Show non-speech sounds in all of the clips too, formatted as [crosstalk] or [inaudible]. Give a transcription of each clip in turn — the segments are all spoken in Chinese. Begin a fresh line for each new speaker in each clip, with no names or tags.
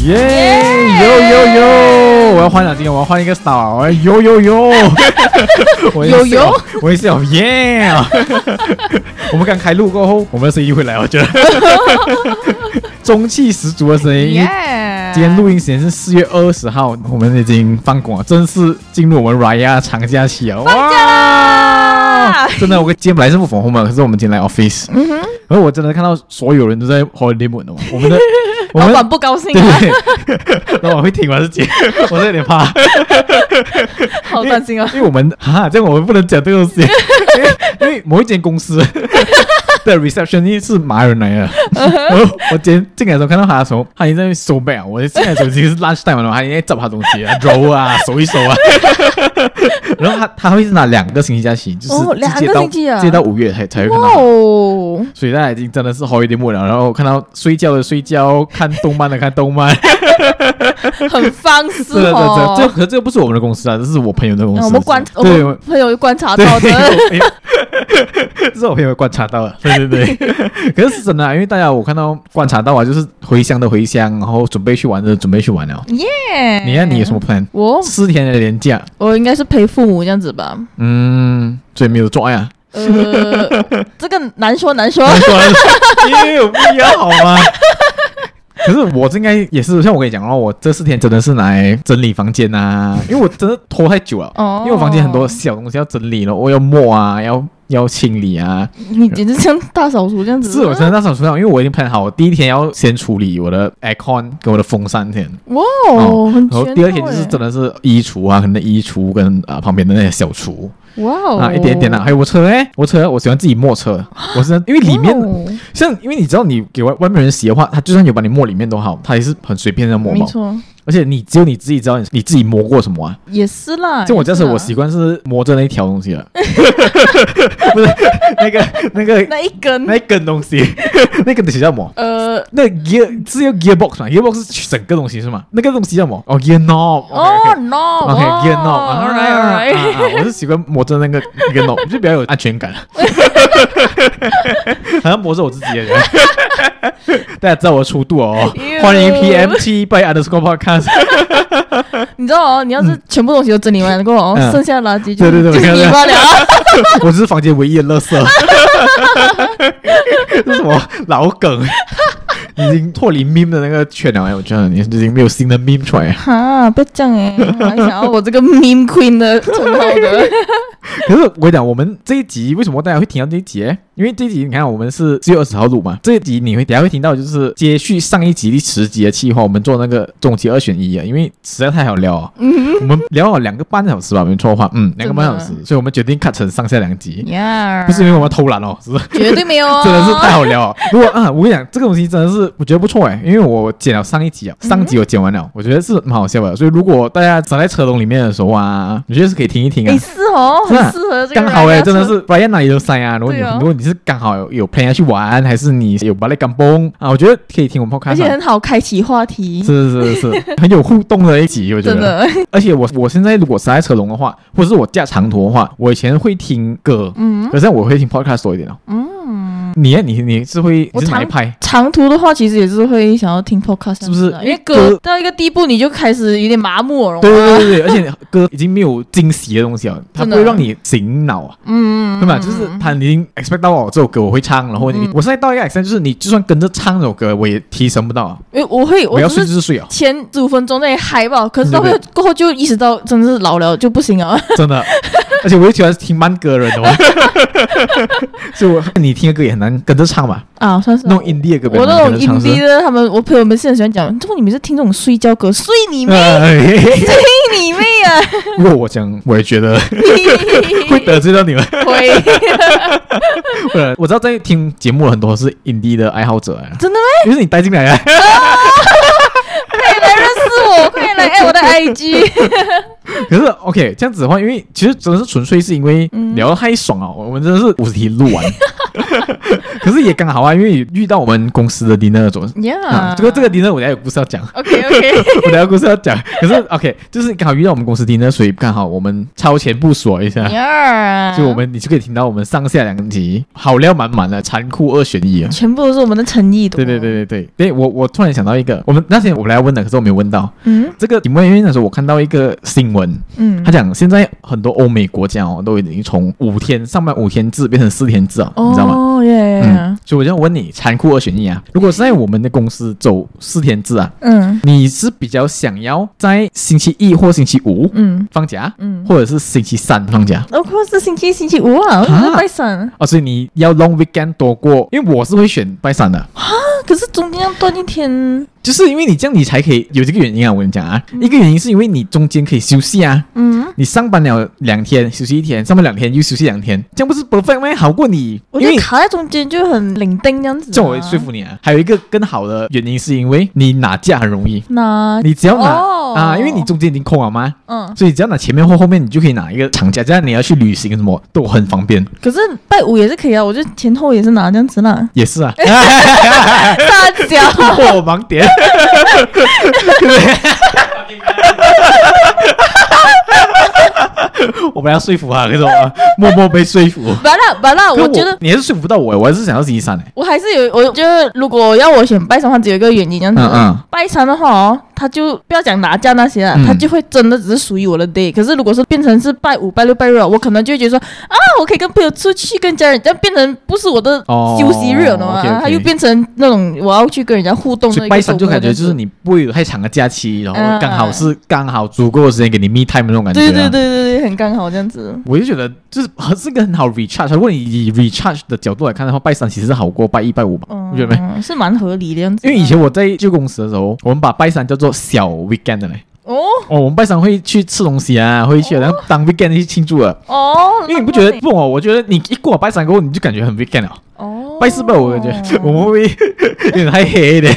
耶！有有有！我要换两斤，我要换一个嫂，我要有有有！
[laughs]
我也是
有有，
我也是有耶！ [laughs] 我们刚开录过后，我们的声音会来，我觉
[laughs]
得中气十足的声音。因为
耶！
今天录音时间是四月二十号，我们已经放工了，正式进入我们 Raya 长假期了。
放假啦
哇！真的，我今天本来是不粉红嘛，可是我们今天来 office，
嗯哼，
然后我真的看到所有人都在 holiday mood 的嘛，我们
[laughs]
的我
老
们
板不高兴
对
啊，
[laughs] 老板会听完自
[laughs]
己，我是有点怕，
好担心啊！
因为我们啊，这样我们不能讲这个东
[laughs]
西，因为因为某一间公司 [laughs] 的 reception 是马来人来的，
Uh-huh
然后我今天进来的时候看到他的时候，他已经在那边收 b 我进来的时候其实是 lunch time 了，他已经在找他东西啊揉啊， [laughs] 收一收啊，然后他他会是拿两个星期假期，就
哦
是
两
直接
个
到
星期啊
直接到五月才才会
哇
看到他。
哦，
所以大家已经真的是 holiday mood 了，然后看到睡觉的睡觉，看动漫的看动漫，
很放
是
肆
的，
哦。
这这这可是这个不是我们的公司啊，这是我朋友的公司。
嗯我们观
是，吧
我
对
们朋友观察
对，
到
我
的，
朋友这是我朋友观察到的，对对
[laughs]
对。可是是真的、啊，因为大家我看到观察到啊，就是回乡的回乡，然后准备去玩的准备去玩了。
[laughs] 耶！
你看你有什么 plan？
我
四天的年假，
我应该是陪父母这样子吧。
嗯，所以没有做爱啊。
呃，
[laughs]
这个难说难说。
因为有不一样好吗？ [laughs] 可是我这应该也是，像我跟你讲哦，我这四天真的是拿来整理房间啊，因为我真的拖太久了，
哦
因为我房间很多小东西要整理了，我要抹啊，要要清理啊，
你简直像大扫除这样子。
是我真的那种除掉，因为我已经 plan 好，我第一天要先处理我的 aircon 跟我的风扇先，
哇
哦
哦，很
然后
全
第二
套
天就是
欸
真的是衣橱啊，可能衣橱跟啊、呃旁边的那些小厨
哇哦
啊，一点点啊，还有我车哎，我车我喜欢自己摸车，我是因为里面
哇哦
像因为你知道你给外外面人洗的话，他就算有把你摸里面都好，他也是很随便的摸
没
嘛，
错，
而且你只有你自己知道你你自己摸过什么啊。
也是啦。
像我这
也是
次
啦
我习惯是摸着那一条东西了， [laughs] 不是那个那个
啊那一根，
那一根东西， [laughs] 那根东西叫什么？
呃，
那 gear 是要 gearbox 嘛？gearbox 是整个东西是吗？那个东西叫什么？哦，gear knob。
哦，no，
OK gear knob。
哦
All right, all right. 啊啊我是喜欢磨着那
[laughs]
个 gear knob，就比较有安全感。好像磨着我自己的人。 [laughs] 大家知道我的粗度哦，
Ew
欢迎 PM 七 by underscore
[laughs]
podcast。
[laughs] 你知道哦，你要是全部东西都整理完过后，
嗯
剩下的垃圾就
对对对
就
我看
是
到
你罢了。
我是房间唯一的垃圾。这是什么老梗？已经脱离 meme 的那个圈了哎，我觉得你已经没有新的 meme 出来了。
[laughs] 哈，不要这样哎，我还想要我这个 meme queen 的称号的。
可是我跟你讲，我们这一集为什么大家会听到这一集？因为这一集你看，我们是四月二十号录嘛，这一集你会等一下会听到，就是接续上一集第十集的计划，我们做那个终极二选一啊，因为实在太好聊啊、我们聊了两个半小时吧，没错的话，嗯，两个半小时
真，
所以我们决定 cut 成上下两集，[laughs]
呀，
不是因为我们偷懒哦，是
绝对没有哦，
真的是太好聊了。如果啊，我跟你讲，这个东西真的是我觉得不错哎，因为我剪了上一集啊，上集我剪完了，我觉得是蛮好笑的。所以如果大家长在车笼里面的时候啊，你觉得是可以听一听啊
哎，。是哦，
是啊
很适合这个
刚好哎、
人家
真的
说
是 Ryan 哪里都塞啊。如果你、
对哦
如果你是刚好有有 plan 要去玩，还是你有 b a l e 干崩啊，我觉得可以听我们
而且
podcast 啊。
很好开启话题，
是是是
[laughs]
是，很有互动的一集，我觉
真
得。
的。
而且我我现在如果塞在车龙的话，或者是我驾长途的话，我以前会听歌，
嗯
可是我会听 podcast 多一点哦。
嗯，
你啊你你是会你
我
是哪一
常
派？
长途的话其实也是会想要听 podcast，
是不是
啊
因为
因为歌
歌
到一个地步你就开始有点麻木了，
对对对对，而且歌已经没有惊喜的东西了，它
真
不
的
会让你醒脑啊，
嗯，嗯
对吧？就是他已经 expect 到哦，这首歌我会唱，然后你、我现在到一个 extent，就是你就算跟着唱这首歌，我也提升不到啊，
因为我会，
我
我
要
只
睡就是是睡啊，
前十五分钟在嗨吧，可是到
对
后
对
过后就意识到真的是老了就 [laughs] 不行啊，
[laughs] 真的。而且我又喜欢听慢歌的人哦， [laughs] 所以我你听的歌也很难跟着唱嘛，
啊，算是啊
那种 indie 的歌比较
我那
难
种
跟着唱
indie
是。
的，他们我朋友们现在喜欢讲，怎么你们是听这种睡觉歌？睡你 [laughs] 妹，
哎 [laughs]
睡你妹啊！
如果我讲，我也觉得会得罪到你
[laughs]
们。
会，
不然我知道在听节目的很多是 indie 的爱好者啊，
真的
就是你带进来啊。
快来认识我，快来哎爱我的 [laughs] IG，
[laughs] 可是 OK，这样子的话，因为其实真的是纯粹是因为聊得太爽啊，我们真的是五十题录完， [laughs] 可是也刚好啊，因为遇到我们公司的 dinner 总是啊，
Yeah，
这个这个 dinner 我等一下有故事要讲， [laughs]
OK [laughs] OK，
我等一下有故事要讲。可是 OK，就是刚好遇到我们公司 dinner，所以刚好我们超前部署啊一下。
Yeah，
就我们，你就可以听到我们上下两集好料满满的残酷二选一啊！
全部都是我们的诚意，
对对，对对对，对我我突然想到一个，我们那天我来问的，可是我没有问到
嗯
这个题目，因为那时候我看到一个新闻，
嗯
他，讲现在很多欧美国家哦，都已经从五天上班五天制变成四天制啊，你知道吗？
哦耶
嗯，，所以我就问你，残酷二选一啊！如果是在我们的公司走四天制啊，
嗯
你是比较想要在星期一或星期五
嗯
放假，
嗯，
或者是星期三放假？
哦，或是星期一、星期五啊，我觉得拜三，
哦，所以你要 long weekend 多过，因为我是会选拜三的，
那可是中间要断一天，
就是因为你这样你才可以有这个原因啊！我跟你讲啊，一个原因是因为你中间可以休息啊，
嗯，
你上班了两天休息一天，上班两天又休息两天，这样不是 perfect 吗？好过你，
我
因
觉
为
得卡在中间就很伶仃这样子啊，
这样我会说服你啊。还有一个更好的原因是因为你拿价很容易，
那
你只要拿、
哦
啊，因为你中间已经空了嘛，
嗯，
所以只要拿前面或后面，你就可以拿一个长假，这样你要去旅行什么都很方便。，
可是拜五也是可以啊，我就前后也是拿这样子啦
[laughs] 也
[laughs]
是啊，
大脚。
突破我盲点， [laughs] 我们要说服他，啊可是我默默被说服。
完了完了，
可
我觉得
你还是说服不到我，我还是想要星期三诶。
我还是有，我觉得如果要我选拜山的话，只有一个原因，这样子。
嗯嗯
拜山的话哦，他就不要讲拿价那些了，
嗯
他就会真的只是属于我的 day。可是如果是变成是拜五、拜六、拜日哦，我可能就会觉得说啊，我可以跟朋友出去，跟家人，但变成不是我的
哦
休息日了嘛，
OK，OK
他又变成那种我要去跟人家互动
所以
的一个周末。
拜三就感觉就是
这样子
你不会有太长的假期，然
嗯
后刚好是刚好足够的时间给你 me time 那种感觉、啊。
对对对。对对，很刚好这样子。
我就觉得就是很是个很好 recharge。如果你以 recharge 的角度来看的话，拜三其实是好过拜一、拜五吧，你觉得没？
嗯，是蛮合理的样子啊。
因为以前我在旧公司的时候，我们把拜三叫做小 weekend 的嘞。
哦
哦，我们拜三会去吃东西啊，会去然后当 weekend 去庆祝了。
哦，
因为你不觉得不哦？我觉得你一过了拜三过后，你就感觉很 weekend 了。
哦，
拜四拜五，我感觉 [laughs] 我们会不会有点太黑一点，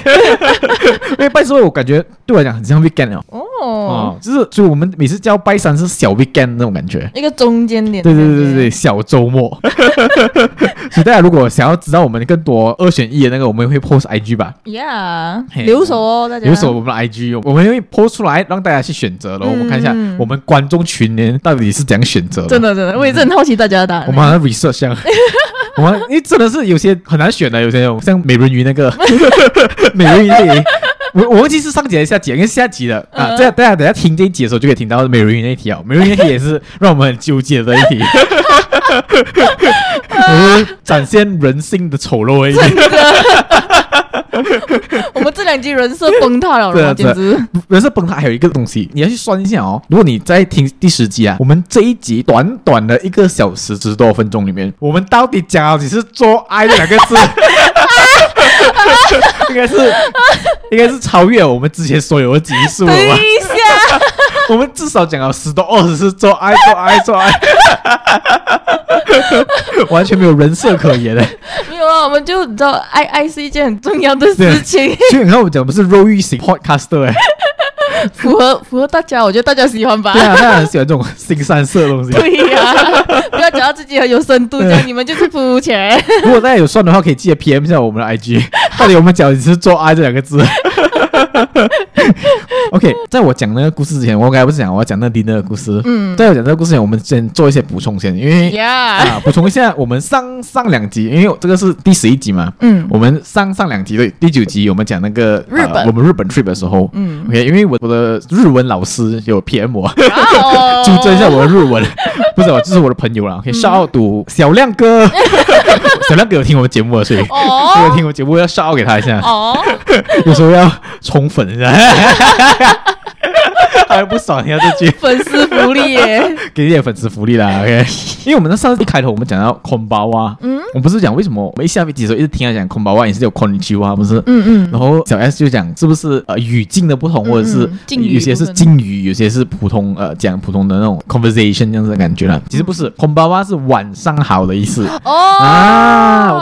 [laughs] 因为拜四拜五感觉对我来讲很像 weekend 了。
哦
哦，，就是所以我们每次叫拜三是小 weekend 那种感觉。
一个中间点。
对对对对对，，小周末。 [laughs] 所以大家如果想要知道我们更多二选一的那个，我们会 post IG 吧，
Yeah，
嘿
留守哦，大家
留守我们的 IG，我们会 post 出来让大家去选择咯。我们看一下
嗯
我们观众群人到底是怎样选择的。
真的真的，我也是很好奇大家的答案。
[laughs] 我们好像 research 这样，我们因为真的是有些很难选的，有些像美人鱼那个美人鱼那里。我我忘记是上集还是下集，应该是下集了啊！
嗯
这样大家等一下听这一集的时候就可以听到美人鱼那一题哦。美人鱼那题也是让我们很纠结的一题，我们展现人性的丑陋的一题。
我们这两集人设崩塌了，
对
然后
啊 [laughs]
简直
人设崩塌还有一个东西，你要去算一下哦。如果你在听第十集啊，我们这一集短短的一个小时十多分钟里面，我们到底讲了只是做爱这两个字，应该是应该是超越我们之前所有的集数了
等
吧？
一下，
我们至少讲了十多二十次做爱做爱做爱，完全没有人设可言的。欸
没有啊，我们就你知道，爱爱是一件很重要的事情，
所以你看，我们讲的是肉欲型 podcaster 哎、
符合符合大家，我觉得大家喜欢吧
对。啊，大家很喜欢这种新三色的东西。
[laughs] 对呀，不要讲到自己很有深度，这样你们就是肤浅。
[laughs] 如果大家有算的话，可以记得 PM 一下我们的 IG，到底我们讲只是做爱这两个字。OK，在我讲那个故事之前，我刚才不是讲我要讲那个 dinner 的故事。
嗯
在我讲这个故事前，我们先做一些补充先，因为、
呀，
啊，补充一下我们上上两集，因为这个是第十一集嘛，
嗯
我们上上两集对第九集我们讲那个
日本
呃我们日本 trip 的时候。
嗯，
OK，因为我我的日文老师有 PM 我，
哇哦
纠正一下我的日文，不是我，这是我的朋友啦。OK，笑傲
[laughs]
赌小亮哥，小亮哥有听我们节目的，所以
哦
如果听我节目要笑傲给他一下，
哦，
[laughs] 有时候要宠粉一下。 [laughs] 还不爽，人家这句
粉丝福利耶，
给一点粉丝福利啦，OK？因为我们那上次一开头我们讲到 k o n b a w a 嗯，我们不是讲为什么我们一下飞机的时候一直听他讲 k o n b a w a 也是有 k o n c h i w a 不是？
嗯嗯，
然后小 S 就讲是不是呃语境的不同，或者是
嗯敬语
有些
部
是
分
敬语，有些是普通呃讲普通的那种 conversation 这样子的感觉啦。其实不是 k o n b a w a 是晚上好的意思。
哦
啊我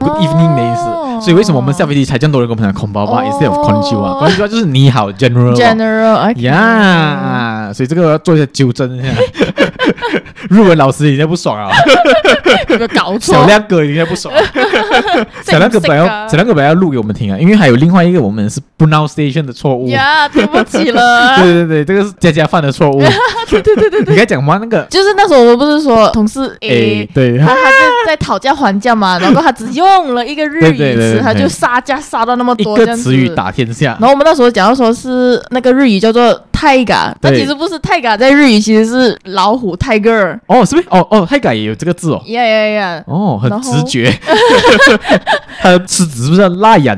不懂
懂
Good evening 的意思，所以为什么我们下飞机才这么多人跟我们讲 k o n b a w a instead of k o n c h i w a
哦
k o n c h i w a 就是你好 general 咯
General，OK [laughs]
呀所以这个要做一下纠正一下。日文老师已经不爽了，
有没有搞错？
小亮哥已经不
[laughs]
爽了。啊小亮哥本来
啊
要 [laughs] 小亮哥本来要录给我们听啊，因为还有另外一个我们是 pronunciation 的错误。
呀， [laughs] 对不起了。
对对对，这个是佳佳犯的错误。
[laughs] 对对对
[laughs]
对
你
对，
该讲吗？那个
就是那时候我不是说同事
哎
A，
诶，对，
他他就在讨价还价嘛，然后他只用了一个日
哎对
语
对对
词，
对
他就杀价杀到那么
一
多这
个
样
词
子。
语打天下
然。后我们那时候讲到说是那个日语叫做泰嘎，但
对
其实不是泰嘎，在日语其实是老虎 tiger。
哦，是不是？哦哦，泰改也有这个字哦。
呀呀呀！
[laughs] 哦，很
然后
直觉。 [laughs] 他的吃只是不是辣
[laughs]
眼？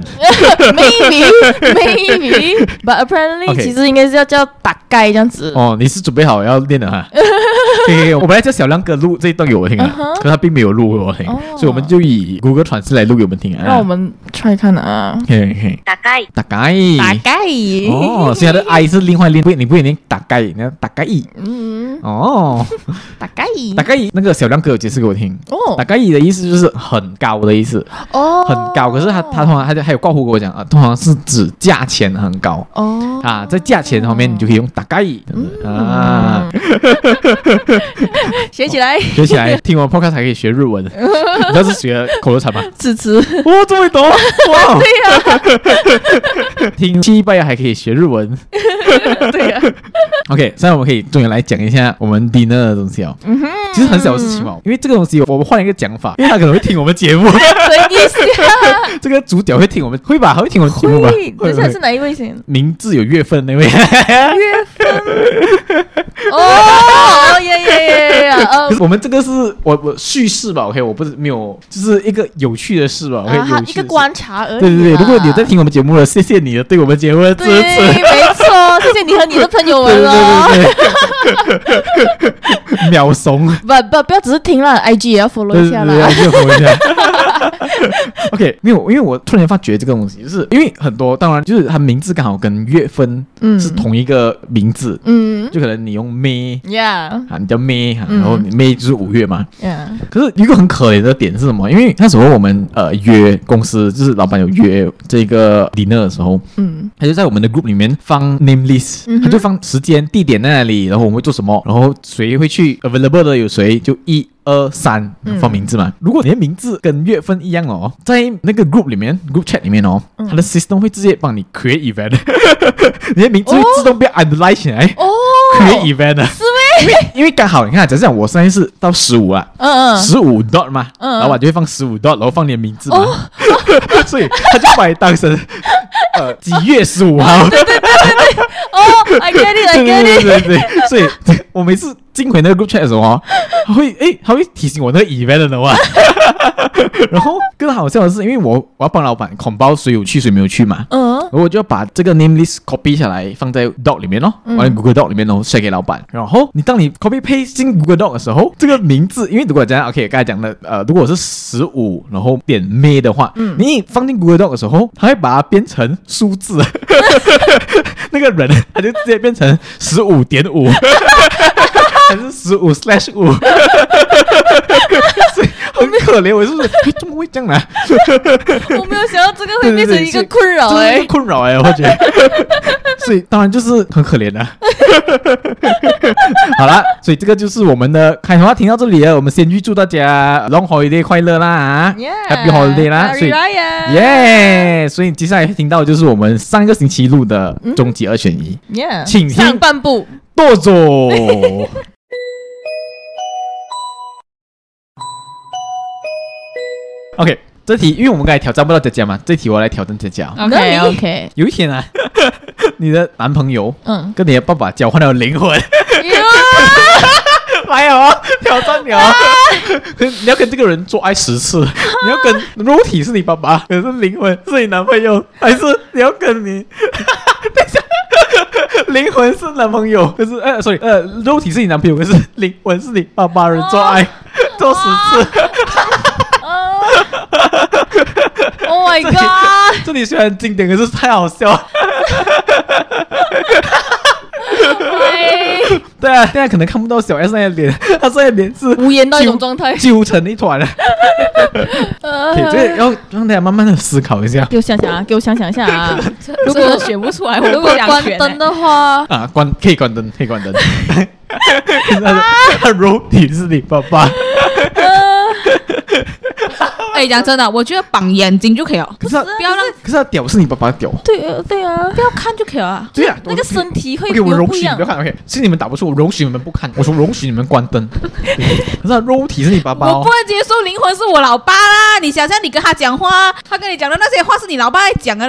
maybe
[laughs]
maybe but apparently
Okay.
其实应该是要叫打盖这样子。
哦，你是准备好要练了哈？可以可以，我本来叫小亮哥录这一段给我听啊
[laughs] 嗯哼
可他并没有录给我听啊
哦
所以我们就以 Google 传式来录给我们听啊。
让我们 try 看啊，
可以可以，
大概
大
打
概。
盖。
哦，所以他的 I 是另外练，不你不会念大概，你要大概
嗯，
哦，
打盖。
大概那个小亮哥有解释给我听。
嗯哦
大概的意思就是很高的意思，
哦，
很高。可是他他通常他就还有挂户跟我讲啊，通常是指价钱很高
哦嗯
啊，在价钱方面你就可以用大概啊。
学起来，
学起来，听完 podcast 还可以学日
[laughs]
文，你知道是学口头禅吗？
支持。
我终
[laughs]
于懂了，哇！对呀、 [laughs] 听西班牙还可以学日文。
[laughs] 对啊呀，
OK，现在我们可以终于来讲一下我们 dinner 的东西哦。
嗯
其实很小的事情嘛，因为这个东西我们换一个讲法，因为他可能会听我们节目，
等一下，
这个主角会听我们，会吧？他会听我们节目吧？
喂，等一下
会
是哪呃一位先？
名字有月份那
[laughs]
位，
哦，哦耶耶耶耶，
可
呃
是我们这个是我我叙事吧？OK，我不是没有，就是一个有趣的事吧？OK，、
啊哈
有
一
趣的
个
事。
观察而已。啊
对对对，如果你有在。听我们节目了，谢谢你的对我们节目的支
对，
持。
没错，谢谢你和你的朋友
对
们哦。
对对对，秒怂，
不不，不要只是听了，IG 也要 follow
对对
一下
对，
啦。
又活一下。OK，没有，因为我突然发觉这个东西，就是因为很多，当然就是它名字刚好跟月份
嗯
是同一个名字，
嗯
就可能你用 May
，Yeah
啊，你叫 May 啊，
嗯
然后你 May 就是五月嘛。
Yeah，
可是一个很可怜的点是什么？因为那时候我们呃约公司，就是老板有约这个 dinner 的时候，
嗯
他就在我们的 group 里面放 name list，、
嗯哼
他就放时间、地点在哪里，然后我们会做什么，然后谁会去 available 的有谁，就一二三
嗯
放名字嘛。如果你的名字跟月份一样哦，在那个 group 里面 group chat 里面哦，
嗯
它的 system 会直接帮你 create event，你的名字会自动被 underline 起来、
哦
create event 啊的，
思维，
因为刚好你看，假设讲我现在是到十五啊，
嗯嗯，
十五 dot 嘛，
嗯嗯
老板就会放十五 dot，然后放你的名字
哦
嘛， [laughs] 所以他就把你当成呃几月十五号， [laughs] 对
哦，I get it，I
对
get
对
it，
对对，所以我每次进回那个 group chat 的时候哦，他会诶，他会提醒我那个 event 的 [laughs] 话。然后更好笑的是，因为我我要帮老板捆包谁有去谁没有去嘛，
嗯
然后我就把这个 name list copy 下来，放在 Doc 里面咯，
嗯
放在 Google Doc 里面，然后 share 给老板。然后你当你 copy paste 进 Google Doc 的时候，这个名字，因为如果讲 OK 刚才讲的，呃，如果是十五，然后点 May 的话，
嗯
你放进 Google Doc 的时候，它会把它变成数
[laughs]
字，那个人他就直接变成十五点五，
[laughs]
还是十五 slash 五。所以很可怜，我是不是？诶怎么会这样呢、啊
我没有想到这个
对
会
对
变
对
成一
所
个
以
困扰
这是一
哎
个。困扰哎、我觉得，所以当然就是很可怜的、啊 [laughs] 好啦，所以这个就是我们的开头话，听到这里了，我们先预祝大家 Long Holiday 快乐啦啊 Happy Holiday 啦，所以。
耶
耶所以接下来听到就是我们上个星期录的终极二选一，
耶，
请听
上半部。
剁走。OK，这题因为我们刚才挑战不到佳佳嘛，这题我来挑战佳佳哦。
OK OK，
有一天啊， [laughs] 你的男朋友
嗯，
跟你的爸爸交换了灵魂， [laughs] 来哦，挑战你哦！可是你要跟这个人做爱十次，你要跟肉体是你爸爸，可是灵魂是你男朋友，还是你要跟你？ [laughs] 等一下，灵魂是男朋友，可是呃，sorry，呃，肉体是你男朋友，可是灵魂是你爸爸人做爱、做十次。
哦 Oh my god！
这里虽然经典，可是太好笑了。
哎
对，
对啊，现在可能看不到小 S 那的脸，他现在脸是
无言到一种状态。
揪成一团了。
呃
OK，这个要让大家慢慢的思考一下
给我想想啊，给我想想一下 [laughs] 啊。如
如果
果
选不出来，我
如
都
果
不想
关
选欸
灯的话，
啊，关可以关灯，可以关灯。 [laughs] 他的他肉体是你爸爸，
[laughs] 哎，讲真的，我觉得绑眼睛就可以了，哦
可是他
不要让
可是他屌是你爸爸的屌。
对啊对啊
不，要看就可以了啊。
对啊，
那个身体会
OK，我
不
容
不一
许你
样
不要。看。OK，是你们打不出，我容许你们不看。我说容许你们关灯。可是他肉体是你爸爸
我
哦
不。能接受灵魂是我老爸啦！你想象你跟他讲话，他跟你讲的那些话是你老爸在讲的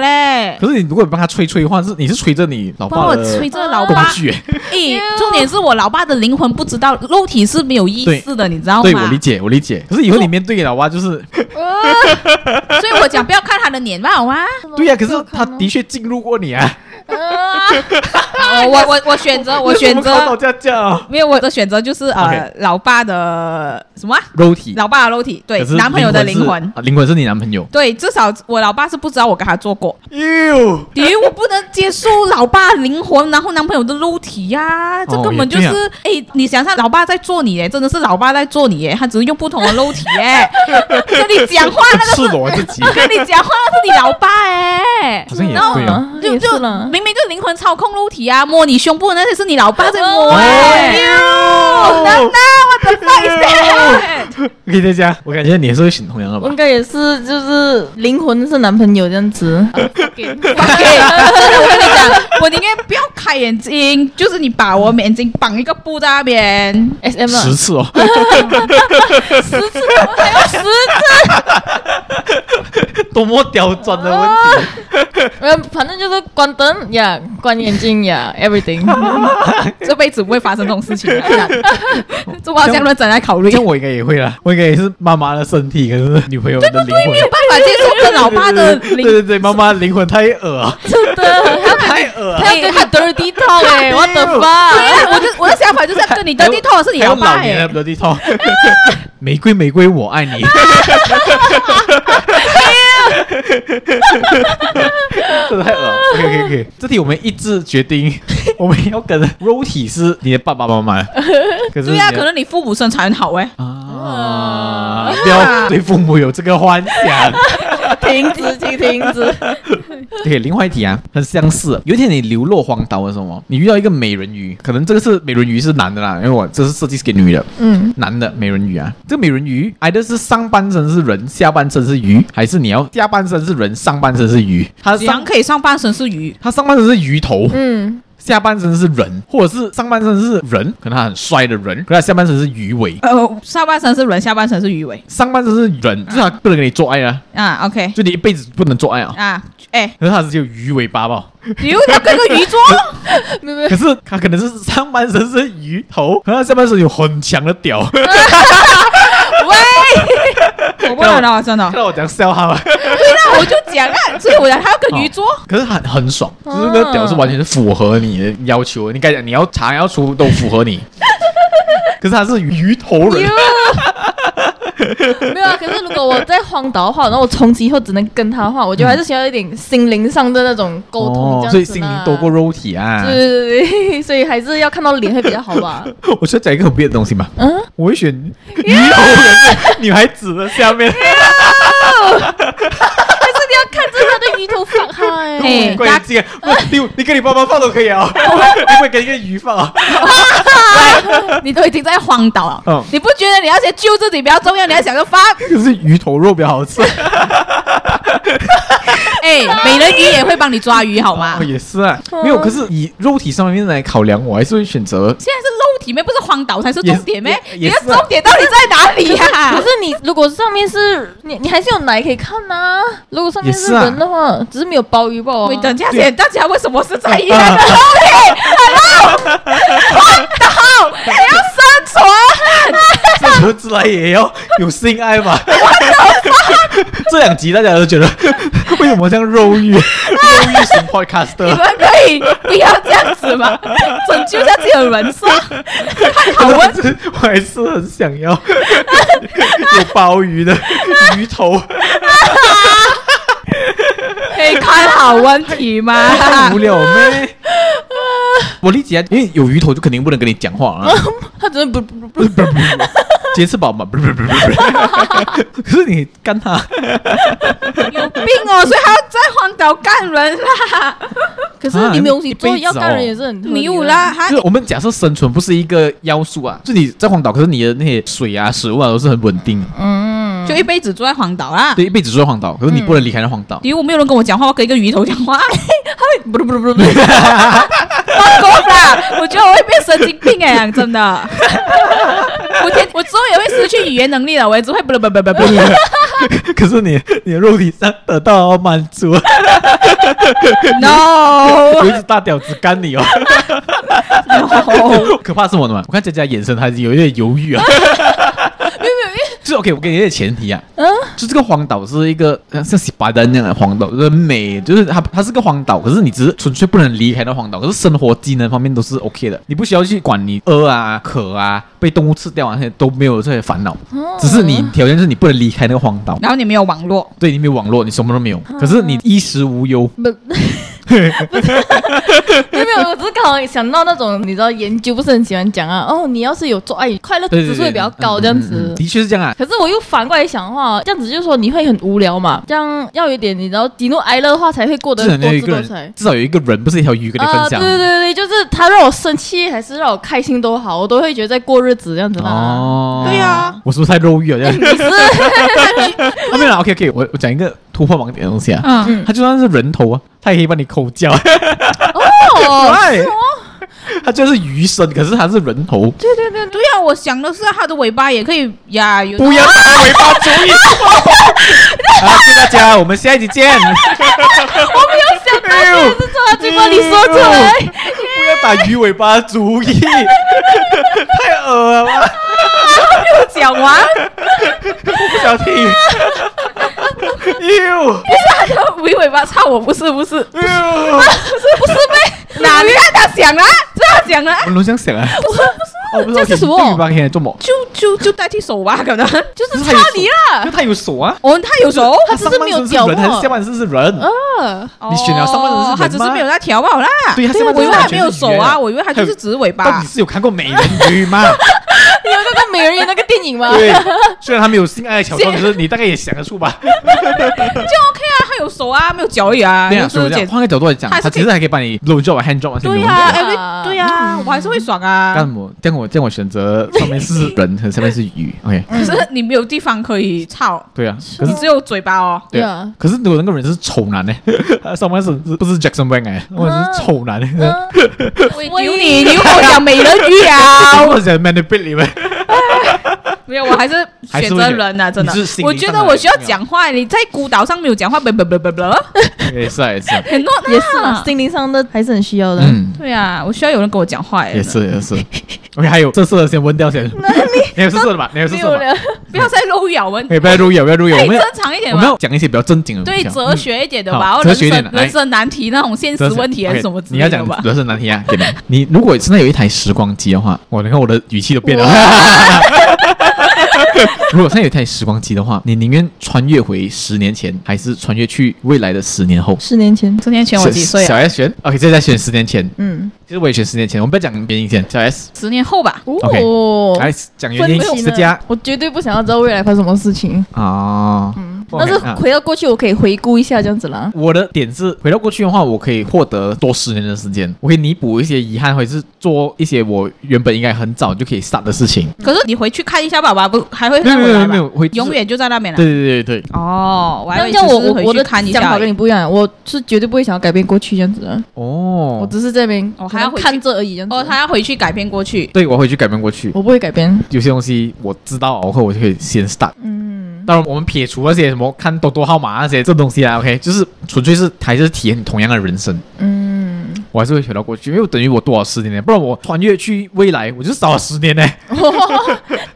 [laughs]
嘞。
可是你如果帮他吹吹的话，是你是吹着你老
帮
爸
我
的
吹这老
工
爸，
具。 [laughs]
诶，重点是我老爸的灵魂不知道，肉体是没有意识的，你知道
对，我
吗
理？解，我理解。可是以后你面对你老爸就是，
所以我讲不要看他的脸嘛，
[laughs]
好吗？
对呀、可是他的确进入过你啊。
哦我我我选
[laughs]
择，我选
怎么搞到
择，
这样啊
没有我的选择就是呃
OK，
老爸的什么啊？
肉体，
老爸的肉体，对
可，是
男朋友的灵
是
魂，
啊灵魂是你男朋友。
对，至少我老爸是不知道我跟他做过。
哟，
[laughs] 咦，我不能接受老爸灵魂，然后男朋友的肉体呀、这
哦
根本就
也
是
对
哎、你想想，老爸在做你耶，真的是老爸在做你耶，他只是用不同的肉体耶， [laughs] 跟你讲话那个
赤裸自
[laughs]
己。
跟你讲话那是你老爸 [laughs] 哎
好，像也对哦。
啊，
就
也
就是
啦。
明明就灵魂操控肉体啊，摸你胸部那些是你老爸在摸哎、
哦
难道我的 fuck is that？嗯
我跟大家，我感觉你也是会选同样的吧
应？该也是，就是灵魂是男朋友这样子。
我跟你讲，我宁愿不要开眼睛，就是你把我眼睛绑一个布在那边。
S M
十次哦， [laughs]
还有十次，
多么刁钻的问
[laughs]
题。
呃，反正就是关灯呀关眼睛呀 [laughs] everything。
这辈子不会发生这种事情 [laughs] 的，这我好像认真来考虑，
这样
没
我应该也会啦，我应该也是妈妈的身体，可是女朋友的灵魂。
有办法接受跟老爸的
对
灵。
对对，妈妈的灵魂太恶啊，
真的，
太恶啊！
他要跟你 dirty talk 哎，what the
对
fuck？
啊我就我的想法就是跟你的地头是你
还有
老爸
老年
哎
的，bloody 套， [laughs] 玫瑰玫瑰我爱
[laughs]
你。真的太恶了，OK OK OK，这题我们一致决定， [laughs] 我们要跟肉体是你的爸爸妈
[laughs]
妈，可是
对啊，
你的
可嗯能你父母身材很好哎，
啊，不要对父母有这个幻想。
停止，请停止。
对，另外一题啊，很相似。有一天你流落荒岛的时候，你遇到一个美人鱼，可能这个是美人鱼是男的啦，因为我这是设计是给女的，
嗯，
男的美人鱼啊。这个美人鱼，either 是上半身是人，下半身是鱼，还是你要下半身是人，上半身是鱼？它上
羊可以上半身是鱼，
它上半身是鱼头，
嗯，
下半身是人，或者是上半身是人，可能他很帅的人，可是他下半身是鱼尾。
呃，上半身是人，下半身是鱼尾
上半身是人，就是他不能跟你做爱啊，
啊，OK
就你一辈子不能做爱啊。
啊，哎，
可是他只有鱼尾巴吧？
你又要跟个
[laughs]
鱼做，
没有没有
可是他可能是上半身是鱼头，可是他下半身有很强的屌。 [laughs]
我不
[laughs]
能了，真的
看，到我讲笑他吗？
对啊，我就讲啊，所以我讲他要跟鱼做，
[laughs] 可是很很爽，就是那个屌是完全是符合你的要求的，你该讲你要长要粗都符合你。可是他是鱼头人，
没有啊。可是如果我在荒岛的话，然后我从此以后只能跟他的话，我觉得还是需要一点心灵上的那种
哦
沟通，这样子啦
所以心灵多过。肉体啊。
对对对对，所以还是要看到脸会比较好 [laughs] 吧。
我需要讲一个很别的东西嘛，
嗯，
我会选鱼头人在女孩子的下面。
但是你要看着他的鱼头 [laughs] 放开。
[laughs]
哎
关于这个，不你你跟你爸妈放都可以啊，你会跟一个鱼放啊？哦
你都已经在荒岛了
嗯，
你不觉得你要先救自己比较重要？你要想着发，
可是鱼头肉比较好吃。
哎，
[laughs]
美人鱼也会帮你抓鱼好吗
哦，？也是啊，没有。可是以肉体上面来考量，我还是会选择。
现在是肉体咩？不是荒岛才是重点咩？
也
你
也
的
也是啊
重点到底在哪里呀、
可是你如果上面是你，你还是有奶可以看呐、如果上面
也
是
是啊
人的话，只是没有鲍鱼啊吧？
你等一下先，大家为什么是在一样
啊
的肉体？Hello，荒岛，你
哎
要生存，
这由自来也要有性爱嘛？ [laughs] 这两集大家都觉得 [laughs] 为什么像肉欲肉欲型
你
podcaster？
们可以不要这样子 [laughs] 嘛，拯救一下自己的人生。
好 [laughs] 我是我还是很想要 [laughs] 有鲍鱼的鱼头，
可以看好问题吗？
太无聊咩？我理解啊，因为有鱼头就肯定不能跟你讲话啊， [laughs]
他真的不不
啊
不，
节翅膀嘛，不不不不不， [laughs] 可是你干它，
有病哦！所以还要在荒岛干人啦，
可是
啊
你没有东西
一辈子
做，要干
哦
人也是很合理啊
没有
的
啦，。还
就是我们假设生存不是一个要素啊，就你在荒岛，可是你的那些水啊、食物啊都是很稳定，
嗯，
就一辈子住在荒岛啦。
对，一辈子住在荒岛，可是你不能离开那荒岛。
因为我没有人跟我讲话，我跟一个鱼头讲话，
不不不不，
够啦！我觉得我会变神经病哎、讲真的。我天，我之后也会失去语言能力了，我也只会不不不不不。
[laughs] 可是你你的肉体上得到满足，
No，
[laughs] 我一只大屌子干
[laughs]
你哦。
No
可怕是什么呢？我看佳佳眼神还是有一点犹豫啊。就是 OK，我给你一个前提啊，
嗯
就这个荒岛是一个呃像像西巴丹那样的荒岛，就是很美，就是它它是个荒岛，可是你只是纯粹不能离开那荒岛，可是生活机能方面都是 OK 的，你不需要去管你饿啊、渴啊、被动物吃掉啊那些都没有这些烦恼，
哦
只是你条件就是你不能离开那个荒岛，
然后你没有网络，
对你没有网络，你什么都没有，
啊
可是你衣食无忧，
不，不是，
[laughs]
没有，我只是刚好想到那种，你知道研究不是很喜欢讲啊，哦，你要是有做爱，快乐
对对嗯
指数也比较高这样
嗯
子。
的确是这样啊。
可是我又反过来想的话，这样子就是说你会很无聊嘛，这样要有一点你知道喜怒哀乐的话才会过得
至少
多
有一
姿
个
多彩
人，。至少有一个人不是一条鱼跟你分
啊、对
享。
对对对，就是他让我生气还是让我开心都好，我都会觉得在过日子这样子啦。
哦，
对啊，
我是不是太肉
[laughs]
欲了？这样
你是哦
啊没有啦，OK OK，我我讲一个突破盲点的东西啊，
嗯，
它就算是人头啊，它也可以帮你抠脚， [laughs]
哦，
对，它就是鱼身，可是它是人头，
对对对对啊！我想的是它的尾巴也可以呀，有
不要拿尾巴主
啊
意。好，谢谢大家，我们下一集见。哎
想到哎这个是做到最后你说出 [laughs] 来，
不要打鱼尾巴主
[laughs]
意，太恶了，我
讲完，
不想听。 [laughs] 哟
尾尾巴操！我不是不是，
哟，
哪里让他想啊？让他想啊！
我龙想想啊，不是不是，哦不是，
这是
OK，
什么
对鱼吧可以来做么？
就就就代替手吧，可能
就
他
是差
有
你
因为
啦。
它有手啊。
我们他有手，
他只是没有脚
上半身是人还是下
嘛。
半身是人？
嗯，
你选了上半身是人吗
哦他只是没有在调好啦。
对他下半身
我以为
是完
他没
全
有
是
手
圆
啊，
的
我以为他就是只是尾
到
巴
底。是有看过美人鱼吗？
[laughs] 你有看过美人鱼那个电影吗？
对，虽然他没有性爱的桥段，可是你大概也想得出吧？
那他有手啊，没有脚而已啊，
对啊，
就
所以
是
我讲
简。
换个角度来讲，
还是
他
可
其
以
实还可以帮你 low job 啊、hand job 啊，
对
呀、
嗯
呀，哎对对呀，我还是会爽
干
啊。
我，这样我这样我选择上面是人，和下面是鱼。OK，
可是你没有地方可以操，
对啊，可
你
是
只有嘴巴哦。
对啊，可是如果那个人是丑男呢、 [laughs] 他上半身是不是 Jackson Wang 哎、我是丑男、 [laughs] 欸。
嗯
喂
喂
丢你！ [laughs] 你又跟我讲美人
[laughs]
鱼啊！
我想 manipulate 你们，
没有，我还是
还
选
是会
择
选
人啊，真的
你是。心
我
理
觉
上
得
的
我需要
重要
讲话，你在孤岛上没有讲话，不不不不不，
[laughs] 也是啊也
[laughs]
是啊，
很 not
也是
啊
啦，心灵上的还是很需要的。
嗯，
对啊，我需要有人跟我讲话哎。
也是也是。OK，还有色色的先温掉先， [laughs] 你有色色的吧？你有色
没
色
有
的吧？
了，
不要再搂咬文，
哎，不要入眼，不要入眼，
可
我
以
们要
正常一点
我们
嘛。
要讲一些比较正经的东
对
西啊，
哲学一点的吧，
好
或
哲
人
学一点
生
的来
人生难题那种 [laughs] 现实问题啊还是什么之
你要
类
讲
的吧。
人生难题啊，给
[laughs]
你。你如果现在有一台时光机的话，哇，你看我的语气都
[laughs]
变了。 [laughs] 如果现在有一台时光机的话，你宁愿穿越回十年前，还是穿越去未来的十年后？
十年前，
十年前我几岁
小
啊？
S 选，OK，这在选十年前。
嗯，
其实我也选十年前，我们不要讲别人以前。小 S
十年后吧。
OK
哦，
来讲原因，
分歧
啊
是
呢
家
我绝对不想要知道未来发生什么事情，
啊。
嗯
但
OK，
是
啊
回到过去，我可以回顾一下这样子啦。
我的点是，回到过去的话，我可以获得多十年的时间，我可以弥补一些遗憾，或者是做一些我原本应该很早就可以 start 的事情。
可是你回去看一下爸爸，不还会
没有
再
没
回来
有
吧
没？有，会
永。远就在那边了
对。对对对，
哦，我还
那
会
像我
就是
我
回
我
去
的
看一
想
下
法
而
跟你
已。
不一样，我是绝对不会想要改变过去这样子的，我
哦，
只是这边
哦还
可能
要回去
看着而已这样子。
哦，他要回去改变过去。
对我会去改变过去，
我不会改变，
有些东西我知道，然后我就可以先 start。
嗯，
当然，我们撇除那些什么看多多号码那些这东西啊，OK，就是纯粹是还是体验同样的人生，
嗯，
我还是会选到过去，因为等于我多少十年呢，不然我穿越去未来，我就少了十年呢。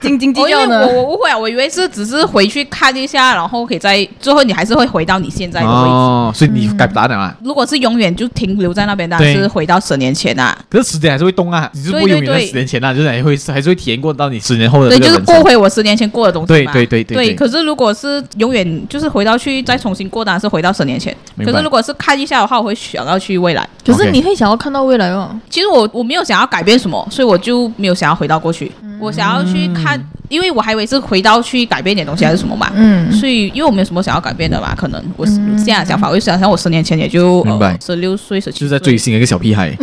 斤斤计
哦，因
较
为
[laughs]
呢。
我我误会啊，我以为是只是回去看一下，然后可以在最后你还是会回到你现在的位置。
哦，所以你改不打了啊？
如果是永远就停留在那边的啊，
对
是回到十年前啊，
可是十年还是会动啊，你就不会永远在
对对对
十年前啊，就是还会还是会体验过到你十年后的
对，
这个
就是
人
过
生。
回我十年前过的东西
对
嘛。
对对对对
可是如果是永远就是回到去再重新过，当然是回到十年前。
明白
可是如果是看一下的话，我会想要去未来。
可是
OK
你会想要看到未来哦。
其实我我没有想要改变什么，所以我就没有想要回到过去。我想要去看，因为我还以为是回到去改变点东西还是什么嘛。
嗯
所以，因为我没有什么想要改变的嘛，可能我现在的想法，我就想想，我十年前也就
明白
十六岁、十七
就是在追星的一个小屁
[laughs]
孩，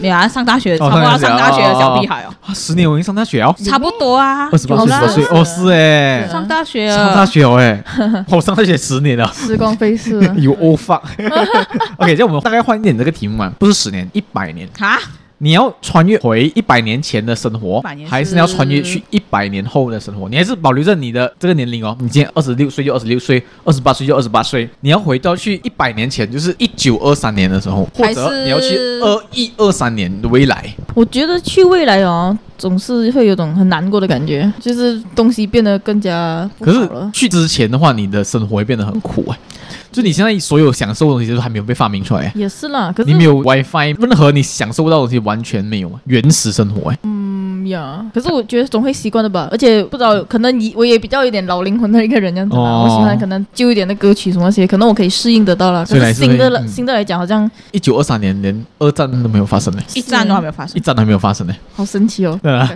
没有啊，上大学，差
哦
不多要
上
上
大
大
学
学
啊
的小屁孩哦，
啊，十年我已经上大学了，
差不多啊
二，十八
好
岁、
啦
十岁，哦，是哎，
上大学
上
了
大学哦，
[laughs]
哎，我上大学十年了。
时光
[laughs]
飞逝
有 o fuck。OK，这样我们大概换一点这个题目嘛，不是十年，一百年。
啊，
你要穿越回一百年前的生活
100年，是
还是要穿越去一百年后的生活？你还是保留着你的这个年龄哦。你今天二十六岁就二十六岁，二十八岁就二十八岁。你要回到去一百年前，就是一九二三年的时候，或
还是
者你要去二一二三年的未来。
我觉得去未来哦，总是会有种很难过的感觉，就是东西变得更加不
可
好
是
了。
去之前的话，你的生活会变得很苦哎、就你现在所有享受的东西都还没有被发明出来、哎
也是啦，可是
你没
嗯
有 WiFi，任何你享受到的东西完全没有啊，原始生活哎、
嗯呀，可是我觉得总会习惯的吧。而且不知道，可能你我也比较有点老灵魂的一个人这样子吧。
哦
我喜欢可能旧一点的歌曲什么那些，可能我可以适应得到了。可
所以还
是
是会
新的了
嗯
新的来讲，好像
一九二三年连二战都没有发生呢、
一战都还没有发
一
生，
战都还没有发生呢、
好神奇哦，
对啊，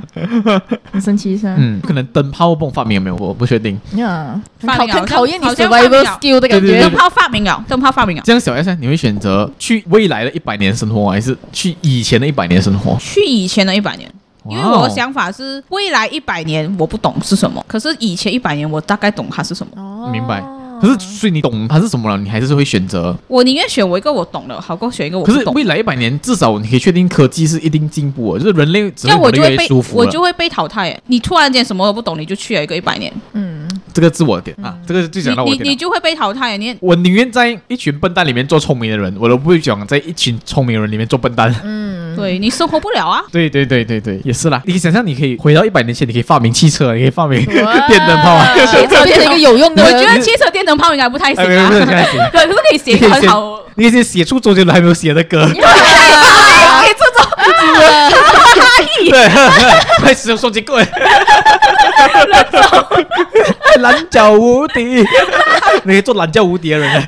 很神奇是吧？
嗯，可能灯泡bomb 发明有没有？我不确定。
呀，很
发
考
明了
很考验你
好像
survival
发
skill 的
对
感
对对
觉
灯。泡发明了，灯泡发明了，
这样小 S，呢你会选择去未来的一百年生活，还是去以前的一百年生活？
去以前的一百年。因为
哇哦
我的想法是，未来一百年我不懂是什么，可是以前一百年我大概懂它是什么。
哦
明白。可是，所以你懂它是什么了，你还是会选择。
我宁愿选我一个我懂的，好过选一个我
可
不
是
懂。
未来一百年，至少你可以确定科技是一定进步的，就是人类只
这样我
会
就
越来
会
越
被
舒服
我
了。
就会被淘汰耶。你突然间什么都不懂，你就去了一个一百年，
嗯，
这个自我的点啊，这个就讲到我
你
的
你
点了
你。就会被淘汰耶。你
我宁愿在一群笨蛋里面做聪明的人，我都不会想在一群聪明人里面做笨蛋。
嗯
嗯
对你生活不了啊。
对对对对对，也是啦。你想象，你可以回到一百年前，你可以发明汽车，你可以发明
哇
[laughs] 电灯
[laughs]
泡啊。
变成一个有用的
我
人。
觉得汽车电灯泡应该不 [laughs] 太
嗯
行
哎，没有
啊
没，有，现在行。
可是可以写一个很好。
你可以先写出周杰伦还没有写的
[laughs]
歌，
哎，这种
对，快使用双截
[laughs]
棍，蓝脚无敌， [laughs] 你可以做蓝脚无敌的人。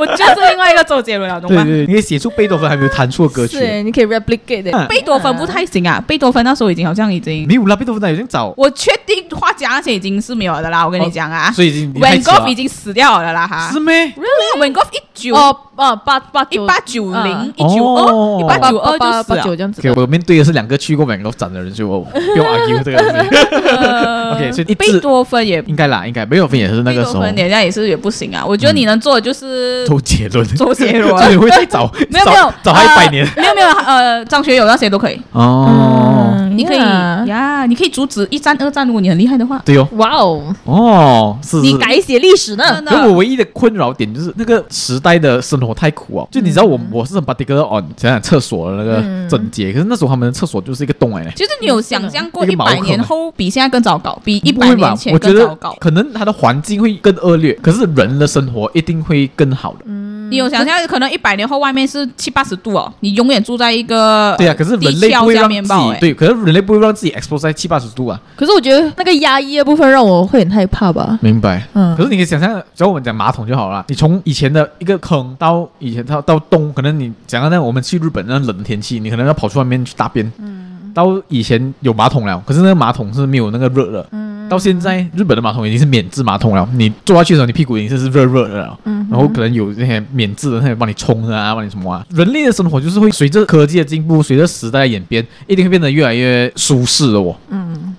我就是另外一个周杰伦了，懂
对
吗？
对，你可以写出贝多芬还没有弹出的歌
是耶，
曲。
你可以 replicate 的。
啊
贝多芬不太行啊，贝多芬那时候已经好像已经，
没有啦，贝多芬那有点早，
我确定画家那些已经是没有的啦，我跟你讲啊。
哦所以已经你太
Van
迟了
Gogh 已经啊死掉了啦哈
是咩？
，Van Gogh 一九
哦哦，八八
一
九
八九零
嗯
一九
哦
二一八九二 [laughs]
八
就死
八
了
九。这样子
OK，
的。
我面对的是两个去过美国展的人，所以我不用 argue 这个东
[laughs]
西。
嗯
呃
OK，所以一
贝
致
多芬也
应该啦，应该贝多芬也是那
贝
个
多
时候嗯
芬人家也是也不行啊。我觉得你能做的就是
周杰伦，
周杰
[laughs]
伦
所以会太早，
[laughs] 没有
早
没有呃
早他一百年
没有没有呃，张学友那些都可以，
哦。
嗯
[laughs] 你可以
呀
呀，你可以阻止一战二战，如果你很厉害的话。
对哦，
哇哦，
哦，是
你
是。
改写历史呢
真？
可
的
我唯一的困扰点就是那个时代的生活太苦哦，就你知道我
嗯
我是很 particular on 想想厕所的那个
嗯
整洁，可是那时候他们的厕所就是一个洞哎，
其实你有想象过
一个
一
毛孔
百年后比现在更糟糕，比一
不
百
会吧
年前
我觉
更糟
得
糕？
可能它的环境会更恶劣，可是人的生活一定会更好的。
你有想象可能一百年后外面是七八十度哦，你永远住在一个
对呀、啊可是人
地
类不
壳
会
下
让
面
自
包
己
哎，
对，可是人类不会让自己 expose 在七八十度啊。
可是我觉得那个压抑的部分让我会很害怕吧。
明白。
嗯
可是你可以想象，只要我们讲马桶就好了。你从以前的一个坑到以前到到东，可能你讲到那我们去日本那冷天气，你可能要跑出外面去大便。嗯。到以前有马桶了，可是那个马桶是没有那个热的。嗯。到现在日本的马桶已经是免治马桶了，你坐下去的时候，你屁股已经是热热的了。嗯。然后可能有那些免治的，那些帮你冲的啊，帮你什么啊。人类的生活就是会随着科技的进步，随着时代的演变，一定会变得越来越舒适的哦。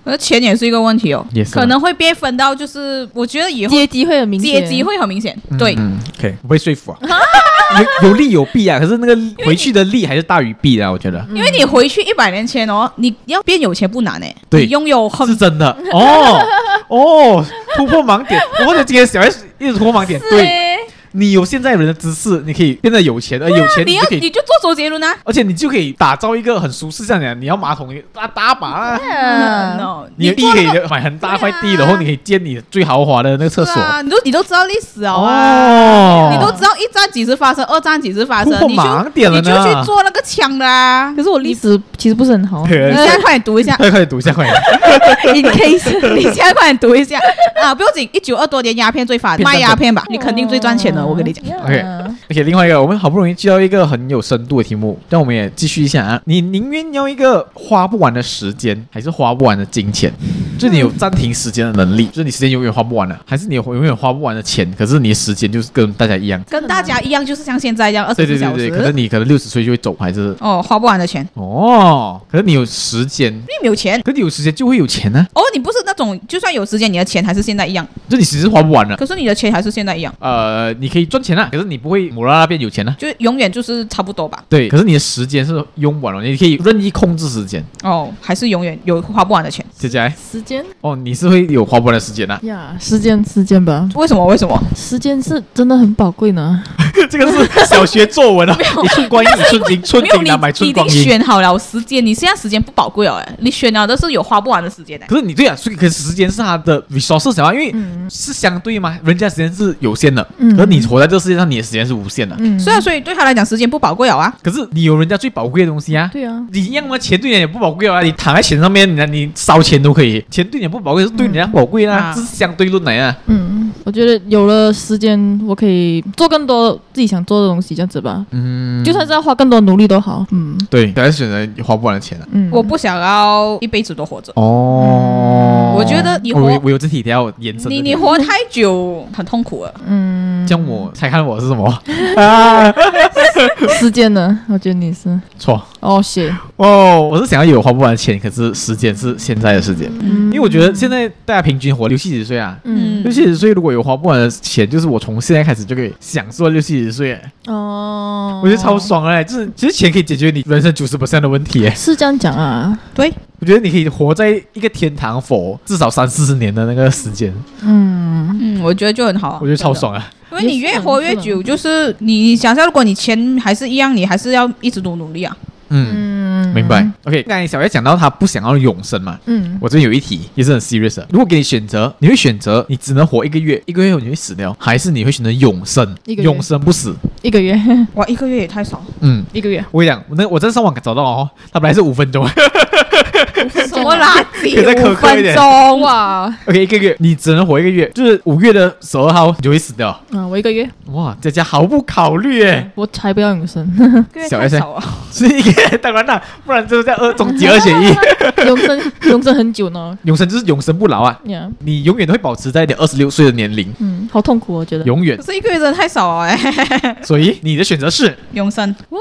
可是钱也是一个问题哦
也，是啊
可能会被分到就是，我觉得以后
阶级会很明显，
阶级会很明显，对，
嗯，OK，我被说服啊，有有利有弊啊，可是那个回去的利还是大于弊啊，我觉得
因为你回去一百年前哦，你要变有钱不难哎，
对
你拥有很
是真的 [laughs] 哦哦，突破盲点，我或者今天小 S 一直突破盲点，对
对，
你有现在人的知识，你可以变得有钱，呃而有钱
你
你
嗯要
就可
你
以。
就做周杰伦啊
而且你就可以打造一个很舒适，这样讲，你要马桶大大把
[laughs]
啊，
嗯，
，no，
你的地
做
可
那
以
个
买很大块地，
对啊
然后你可以建你最豪华的那个厕所
是。啊，你都你都知道历史哦啊。
哦，
你都知道一战几时发生，二战几时发生，
突破
你就
盲点了
你
呢。
就去做那个枪的啊。
[laughs] 可是我历史其实不是很好
[laughs]
[laughs]
对
你现在快点读
[laughs]
一下，
快快点读一下，快点。
In case，
你现在快点读一下啊！不用紧，一九二多年鸦片最发
骗
卖
赚
鸦片吧，你肯定最赚钱
的，我跟你讲。
OK OK，另外一个，我们好不容易接到一个很有深度的题目，让我们也继续一下啊。你宁愿要一个花不完的时间，还是花不完的金钱？就是你有暂停时间的能力，就是你时间永远花不完了，还是你有永远花不完的钱？可是你的时间就是跟大家一样。
跟大家一样，就是像现在一样二
对
十
对
四
对
小
对，
时。
可能你可能六十岁就会走，还是
哦，花不完的钱，
哦，可是你有时间，
因为没有钱。
可是你有时间就会有钱呢、
哦，你不是那种，就算有时间，你的钱还是现在一样，
就你其实花不完了。
可是你的钱还是现在一样，
呃，你可以赚钱啊，可是你不会无啦啦变有钱啊。
就永远就是差不多吧。
对，可是你的时间是用不完了，你可以任意控制时间。
哦，还是永远有花不完的钱。
接下来，
时间。
哦，你是会有花不完的时间
[laughs]
啊
呀，时间时间吧，
为什么？为什么？
时间是真的很宝贵呢。
这个是小学作
[laughs]
文啊，一寸光阴一寸金，寸
没有
金
你
难买寸
已
光
经
阴。
选好了时间，你现在时间不宝贵了，哎你选了的是有花不完的时间的。
可是你对啊，所以可是时间是他的 resource 想要，因为
嗯
是相对嘛，人家时间是有限的，
嗯
可是你活在这个世界上，你的时间是无限的。
嗯
虽然所以对他来讲时间不宝贵了啊，
可是你有人家最宝贵的东西啊，
对啊，
你一样吗？钱对人也不宝贵啊，你躺在钱上面，你你烧钱都可以，钱对你不宝贵，是对人家宝贵啊，
嗯
这是相对论来啊。
嗯，我觉得有了时间，我可以做更多自己想做的东西，这样子吧。
嗯，
就算是要花更多努力都好。嗯
对，还是选择花不完的钱啊。
嗯，
我不想要一辈子都活着。
哦
嗯我觉得你活
我有我有这题，等一下我延伸这题。
你你活太久很痛苦了，
嗯，
这样我猜看我是什么啊？
嗯时间呢？我觉得你是
错
哦，谢。
哦，我是想要有花不完的钱，可是时间是现在的时间，因为我觉得现在大家平均活六七十岁啊。
嗯
六七十岁如果有花不完的钱，就是我从现在开始就可以享受六七十岁，
哦，
我觉得超爽哎！就是其实钱可以解决你人生九十的问题哎，
是这样讲啊，
对，
我觉得你可以活在一个天堂佛至少三四十年的那个时间，
嗯，
嗯，我觉得就很好啊，
我觉得超
真的。
爽啊！
因为你越活越久，就是啊你想象，如果你钱还是一样，你还是要一直多努力啊。
嗯，
嗯
明白。。OK，刚才小叶讲到他不想要永生嘛，
嗯，
我这边有一题也是很 serious 啊的，如果给你选择，你会选择你只能活一个月，一个月后你会死掉，还是你会选择永生，
一个月
永生不死？
一个月，
哇，一个月也太少，
嗯，
[laughs] 一 [laughs] 个月，
我跟你讲，那我在上网找到哦，它本来是五分钟
什么垃圾
可以再，苛
五
刻一
分
点
钟哇，
哇，
[laughs] ，OK，一个月你只能活一个月，就是五月的十二号你就会死掉。
啊，我一个月，
哇，这家毫不考虑诶，
我才不要永生，
一个月
小
太
S
少啊。
所以当然啦，不然就是在二终极二选 [laughs] 一，
[laughs] 永生，永生很久呢，
永生就是永生不老啊，
呀，
你永远都会保持在你二十六岁的年龄，
嗯，好痛苦，我觉得。
永远
可。是一个月真的太少了哎， [laughs]
所以你的选择是，
永生。
哇，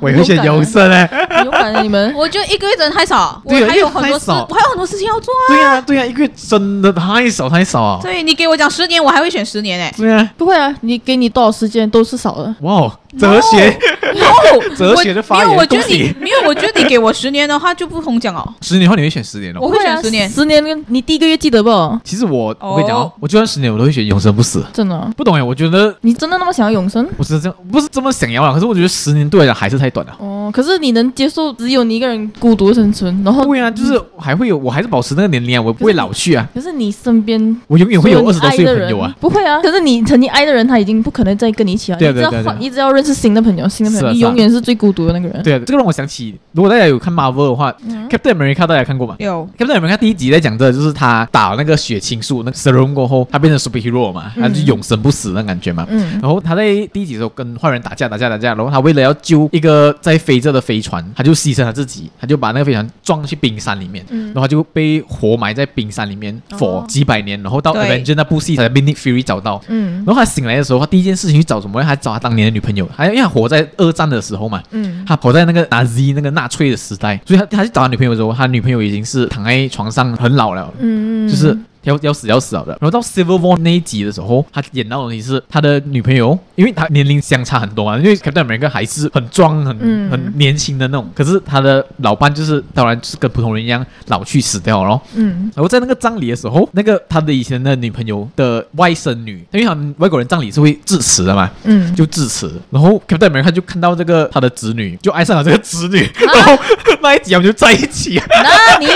我也会选永生诶。
很勇敢啊，很勇敢啊，你
[laughs]
[laughs] 们，
我觉得一个月真的太少，我
对啊
还
一个
有
月
很
太
多事，
少
我还有很多事情要做啊。
对呀、对呀、一个月真的太少太少啊！
所以你给我讲十年，我还会选十年哎。
对呀、
不会啊，你给你多少时间都是少的。
哇哦，哲学
No，
[laughs] 哲学的发言
因为我觉
恭
得你
喜，
没有，我觉得你给我十年的话就不空讲哦。
十年后你会选十年哦。
我会选十年
啊十年跟你第一个月记得不？
其实我
哦
我跟你讲哦，我就算十年我都会选永生不死。
真的啊，
不懂哎，我觉得
你真的那么想要永生？
我是这样，不是这么想要啊了。可是我觉得十年对我来讲还是太短了。
哦，可是你能接受只有你一个人孤独生存，然后
对啊，就是还会有，我还是保持那个年龄啊，我不会老去啊，
可是你身边
我永远会有二十多岁
的
的朋
人
友啊。
不会啊。可是你曾经爱的人，他已经不可能再跟你一起了。
对啊
你只要
对啊对啊
换一直要认识新的朋友，新的朋
是啊
友，你
是啊
永远是最孤独的那个人。
对啊，这个让我想起，如果大家有看 Marvel 的话
嗯
，Captain America 大家看过吗？
有
Captain America 第一集在讲这，就是他打那个血清素那个 serum 过后，他变成 superhero 嘛，他就永生不死那感觉嘛。
嗯
然后他在第一集的时候跟坏人打架，打架，打架，然后他为了要救一个在非洲的飞船，他就牺牲了自己，他就把那个飞船撞去冰山里面，
嗯
然后他就被活埋在冰山里面
哦
for 几百年，然后到
对
Avenger 那部戏才被 Nick Fury 找到。
嗯
然后他醒来的时候，他第一件事情去找什么呢？他找他当年的女朋友，还因为他活在二战的时候嘛，
嗯
他活在那个纳粹那个纳粹的时代，所以他他去找他女朋友的时候，他女朋友已经是躺在床上很老了，
嗯，嗯
就是要要死要死啊了的。然后到 Civil War 那一集的时候，他演到的你是他的女朋友，因为他年龄相差很多嘛，因为 Captain America 还是很壮、很、
嗯
很年轻的那种，可是他的老伴就是当然就是跟普通人一样老去死掉了咯。
嗯
然后在那个葬礼的时候，那个他的以前的女朋友的外甥女，因为他们外国人葬礼是会致辞的嘛，
嗯，
就致辞，然后 Captain America 就看到这个他的侄女，就爱上了这个侄
[laughs]
女，然后那一集他们就在一起，啊
那你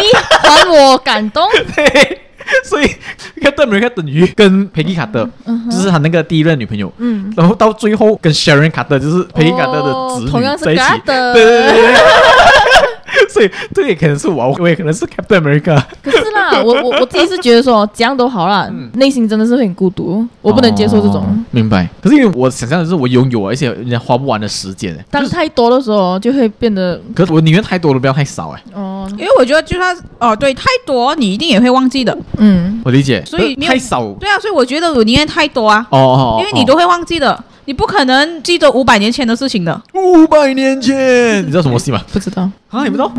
还我感
[laughs]
动。
所以 Captain America 等于跟佩吉卡特，
嗯
就是他那个第一任女朋友，
嗯，
然后到最后跟 Sharon 卡特，就是佩吉卡特的
哦
侄
同样
女
是
在一起，
Carter
对对对对对。 [laughs] 所以这也可能是我，我也可能是 Captain America。
可是
[laughs]
啦，我我我自己是觉得说，怎样都好啦，内心真的是会很孤独，我不能接受这种。
嗯哦明白。可是因为我想象的是我拥有，而且人家花不完的时间。哎
当太多的时候，就会变得
可是我宁愿太多了，不要太少哎。
哦，
因为我觉得就算哦，对，太多你一定也会忘记的。
嗯，
我理解。
所以
可
没
是
有
太少。哦
对啊，所以我觉得我宁愿太多啊，
哦哦，
因为你都会忘记的，你不可能记得五百年前的事情的。
五百年前，你知道什么戏
[laughs]
吗？
不知道。
啊，你不知道？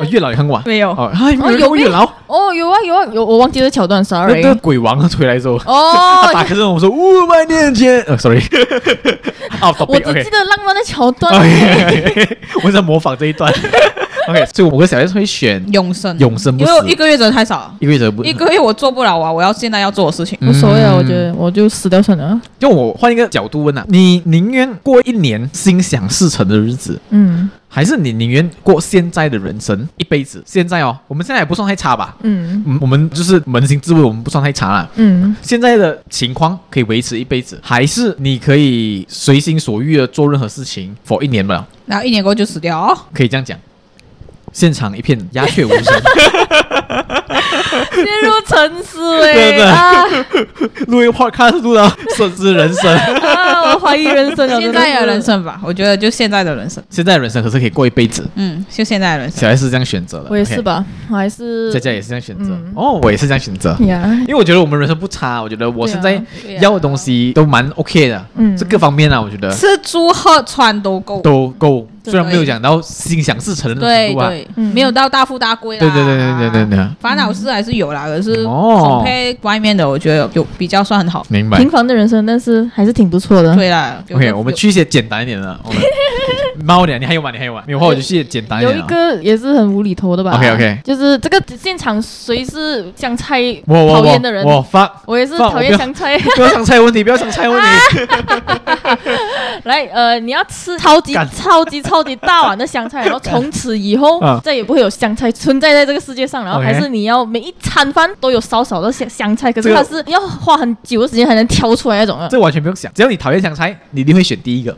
我月老也看过啊。
没有，
哦，啊，你
哦
们
有
月老？
哦，有啊有啊有，我忘记这桥段
那
，sorry
那。鬼王回来之后，
哦
他，打开这种说五百年前。呃，sorry，啊
我
，topic
只记
OK。
得浪漫的桥
[laughs]
段。
哎 OK，我在模仿这一段。OK，所以我跟小 S 会选
永生，
永生不
因
死，
为一个月真的太少了，
一个月则不
一个月我做不了啊，我要现在要做的事情。
无所谓啊，
嗯
我觉得我就死掉算了。
就我换一个角度问啊，你宁愿过一年心想事成的日子，
嗯
还是你宁愿过现在的人生一辈子？现在哦，我们现在也不算太差吧？
嗯
嗯，我们就是扪心自问，我们不算太差啦。
嗯，
现在的情况可以维持一辈子，还是你可以随心所欲的做任何事情，for 一年不了，
然后一年过后就死掉哦，
可以这样讲。现场一片鸦雀无声，
陷入沉
[laughs]
思
真
哎
的
啊
[laughs] 录一个 podcast 录到 [laughs] 甚至人
[laughs]
生。
啊！我怀疑人生了。
现在的
真
人
是，
生吧，我觉得就现在的人生，
现在的人生可是可以过一辈子，
嗯，就现在的人生。
小 S 是这样选择的，
我也是吧，我还是
OK，佳佳也是这样选择
嗯，
哦，我也是这样选择。
呀
因，为我觉得我们人生不差，我觉得我现在
对啊
要的东西都蛮 OK 的，
嗯
这各方面啊，我觉得
吃住喝穿都够，
都够。
对
虽然没有讲到心想事成的
对
程度啊，
对，
嗯
没有到大富大贵啦。
对对对对对对对
烦恼事还是有啦，可是
哦
compare 外面的，我觉得有比较算很好。
明白
平。凡的人生，但是还是挺不错的。
对啦
嗯 OK，
有
我们
有
去一些简单一点的。我
[laughs]
们猫点，你还有吗？你还有吗？没有的话，我就去一些简单一
有
点啊
一
的。
个也是很无厘头的吧
哎 OK，OK
就是这个现场谁是香菜
我我
讨
我
厌的人，
我发，
我也是
放我
讨
不
厌
要
香菜。
不要想猜问题，不要想猜问
啊
题。
来，呃，你要吃超级
干
超级超级大碗的香菜，然后从此以
[laughs]
后
啊
再也不会有香菜存在在这个世界上，然后
OK
还是你要每一餐饭都有少少的香香菜，可
这
是
个
它是要花很久的时间才能挑出来那种啊。
[laughs] 这完全不用想，只要你讨厌想猜，你一定会选第
[laughs]
一个。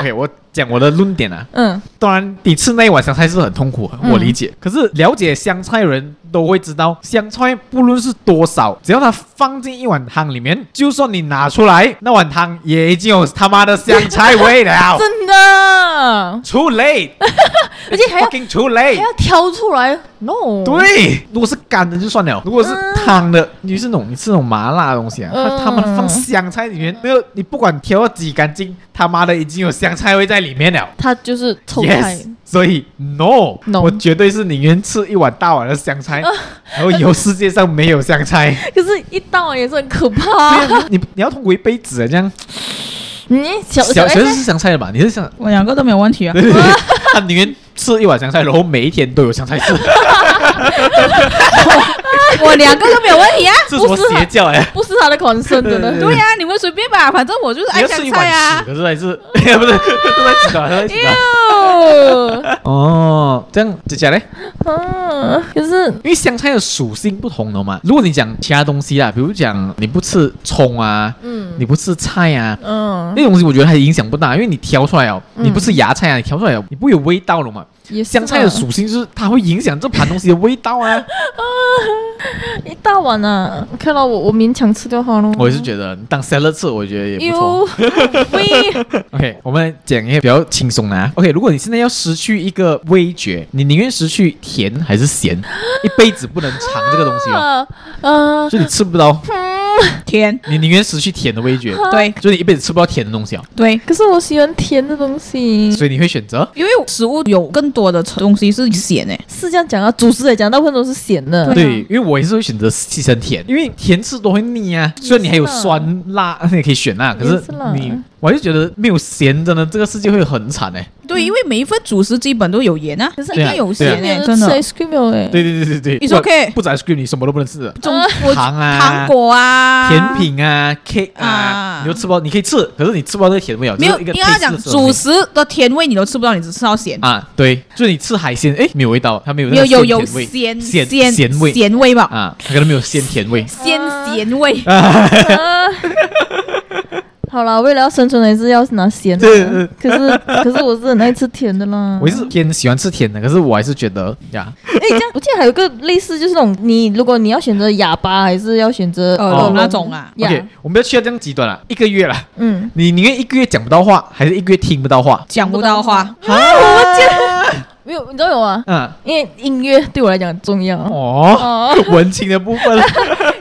OK，我讲我的论点啊。
嗯，
当然，你吃那一碗香菜是很痛苦的，
嗯
我理解。可是了解香菜的人都会知道，香菜不论是多少，只要它放进一碗汤里面，就算你拿出来，那碗汤也已经有他妈的香菜味了。
[laughs] 真的，
Too late，
[laughs] 而且还要
fucking too
还
late。
要挑出来，no，，
对，如果是干的就算了，如果是
哦嗯
汤的，你是那种你吃那种麻辣的东西啊，
嗯
他他们放香菜里面，那个你不管挑到几干净，他妈的已经有香菜味在里面了。
它就是臭菜
Yes，所以 no，,
No
我绝对是宁愿吃一碗大碗的香菜，然后以后世界上没有香
[laughs]
菜。
可是一到也是很可怕。
对啊你你要通过一辈子啊，这样
你小哎
小学
S
是香菜 [laughs] 的吧？你是
[laughs]
想
我两个都没有问题啊
对。对对，他宁愿吃一碗香菜，然后每一天都有香菜吃，
[laughs]
[laughs]
我两个都没有问题啊。
这是什么
不是啊
邪教哎、
不是他的 concern，真的。
对
对呀、你们随便吧，反正我 [laughs] 就是
你
爱
要吃
香
一
菜
碗
啊
屎，。可是还是 [laughs] 不是都在吃的，都在吃啊的。
哦，
哦，这样姐姐嘞，
嗯，可是
因为香菜的属性不同的嘛。如果你讲其他东西啊，比如讲你不吃葱啊，
嗯
你不吃菜啊，
嗯，
那东西我觉得还影响不大，因为你挑出来哦，
嗯
你不是芽菜啊，你挑出来哦，你不会有味道了嘛。
也是啊
香菜的
啦
属性就是它会影响这盘东西的味道啊。
一大碗啊，看到我我勉强吃掉它喽。
我是觉得你当 salad 吃，我觉得也不错。
哟
[laughs]
喂，
OK，我们讲一些比较轻松的啊。OK，如果你现在要失去一个味觉，你宁愿失去甜还是 [gasps] 咸？一辈子不能尝这个东西 [laughs] 哦，
啊嗯呃，
就你吃不到，
甜，
你宁愿失去甜的味觉，
对
就你一辈子吃不到甜的东西哦。
对，
可是我喜欢甜的东西，
所以你会选择？
因为食物有更多的东西是咸诶、
是这样讲啊，主食来讲，大部分都是咸的。
对啊
对，因为我也是会选择牺牲甜，因为甜吃多会腻啊。虽然你还有酸辣，你也可以选啊辣，可
也
是
是啦
你，我就觉得没有咸，真的这个世界会很惨哎。
对，因为每一份主食基本都有盐啊，可是一
对啊
定有
对啊
咸诶、
人
真
吃
的。
ice cream 了哎，
对对对对对
It's okay
不不只 ice cream，你什么都不能吃的， [laughs]
中我
糖啊、
糖、果啊，
甜。品啊、cake 啊
啊，
你都吃不到，你可以吃，可是你吃不到那个甜味啊。
没有，
就是一个
应该
taste
讲
的时候
主食的甜味你都吃不到，你只吃到咸，
啊，对，就是你吃海鲜，哎，没有味道，它没有
没
那
有
个
有有
鲜甜味
咸
咸咸味啊
咸味吧， [laughs]
啊，它可能没有鲜甜味。
鲜咸味。
啊 [laughs] 好了，为了要生存还是要拿咸的啊
对。
可是可是我是很爱吃甜的啦。
我也是偏喜欢吃甜的，可是我还是觉得呀，
哎，这样我记得还有个类似，就是那种你如果你要选择哑巴，还是要选择
耳
聋
那种啊
呀
OK，我们不要去到这样极端了，一个月了，
嗯，
你宁愿一个月讲不到话，还是一个月听不到话？
讲不到 [laughs] 话，
啊，我
没有，你知道有啊？
嗯，
因为音乐对我来讲很重要。
[laughs] 哦，
哦，
文情的部
[laughs]
分，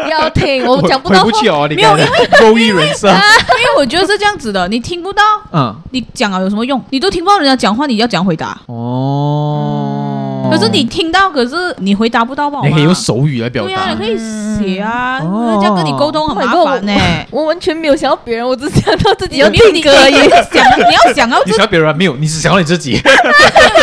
要听，我讲不到
回不
话
去哦，你
没有
刚才勾一人设，
因为我觉得是这样子的，你听不到，
嗯，
你讲了有什么用？你都听不到人家讲话，你要讲回答。
哦，
可是你听到，可是你回答不到吧？
你可以用手语来表
对呀、啊，
达
你，可以写啊，
嗯哦
人家跟你沟通很
Oh my
麻
god，
烦呢、
我完全没有想到别人，我只想到自己
你
要
嗯
有
听
你
歌而
你
已。
要想，你要想要
你
自己，
想要别人没有，你只想要你自己， [laughs]
就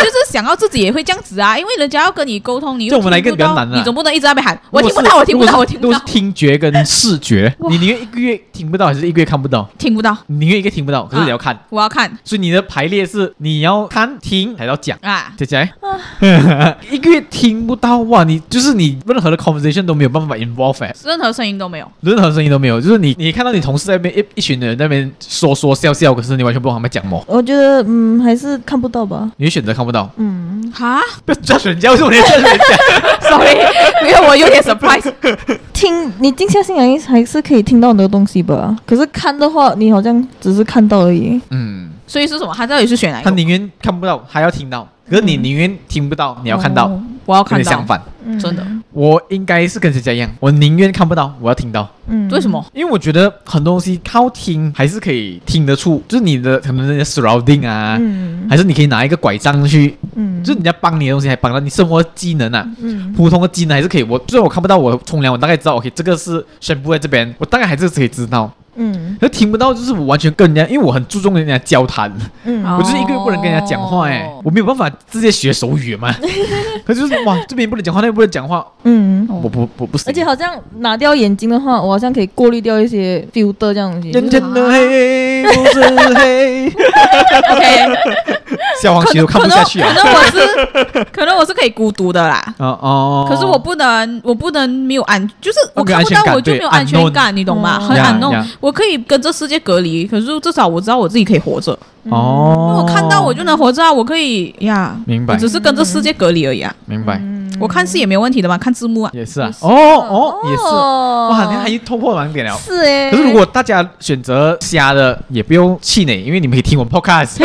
是想要自己也会这样子啊，因为人家要跟你沟通，你又
这我们来一个
听不到
比较难的啊
你总不能一直在那边喊， [laughs] 我
如
听
果
不
是
到，我听不到，我听
如
不
果是
到
如果，是听觉跟视觉，
[laughs] 哇
你宁愿一个月听不到，还是一个月看不到？
听不到，
你宁愿一个听不到，可是
啊
你要看，
我要看
所以你的排列是你要看、听，还要讲。
[laughs] 啊，
姐姐， [laughs] 一个月听不到哇！你就是你任何的 conversation 都没有办法 involve，哎
任何声音都没有。
任何声音都没有，就是你你看到你同事在那边一一群人在那边说说笑笑，可是你完全不懂他们讲什么，
我觉得嗯，还是看不到吧。
你会选择看不到。
嗯，
哈
[laughs] 不要 judge 人家，为什么你要 judge 人家？
[laughs]
，sorry，因为 [laughs] 我有点 surprise。
听你静下心来还是可以听到很多东西吧。可是看的话，你好像只是看到而已。
[laughs] 嗯，
所以是什么？他到底是选哪一
他
个？
宁愿看不到，还要听到。可是你宁愿听不到，你要看到，
哦
我要
有
看
点相
到，
反。
嗯
真的，
我应该是跟姐姐一样，我宁愿看不到，我要听到。
嗯
为什？么？
因为我觉得很多东西靠听还是可以听得出，就是你的可能人家 surrounding 啊，
嗯
还是你可以拿一个拐杖去，
嗯
就是人家帮你的东西，还帮到你生活技能啊。
嗯
普通的技能还是可以，我虽然我看不到，我冲凉我大概知道，OK，这个是宣布在这边，我大概还是可以知道。
嗯
可是听不到，就是我完全跟人家，因为我很注重跟人家交谈，
嗯
哦
我就是一个月不能跟人家讲话、哎，我没有办法直接学手语嘛。 [laughs] 可是就是哇，这边不能讲话，那边不能讲话，
嗯。
我不我不行。
而且好像拿掉眼睛的话，我好像可以过滤掉一些 filter 这样东西。
人间的黑不是黑，
[laughs] OK，
[laughs] 消防
可
局都
能
看不下去啊
可！能我
[laughs]
是，可能我是可以孤独的啦。
哦哦，
可是我不能，我不能没有安，就是我
没有
看
安
不
全
到
感
我就
对
没有安全
unknown
感，你懂吗？
嗯
很
Yeah，
难弄
yeah。
我可以跟这世界隔离，可是至少我知道我自己可以活着。因为
哦，
我嗯看到我就能活着啊，我可以呀。
明
我
白
只是跟这世界隔离而已啊，
明白，
我看戏也没有问题的嘛，看字幕 [laughs] 啊。
也是啊，哦哦也是，
哦
哇，你还突破盲点了。
是哎、
可是如果大家选择瞎的，也不用气馁，因为你们可以听我们
[laughs]
podcast。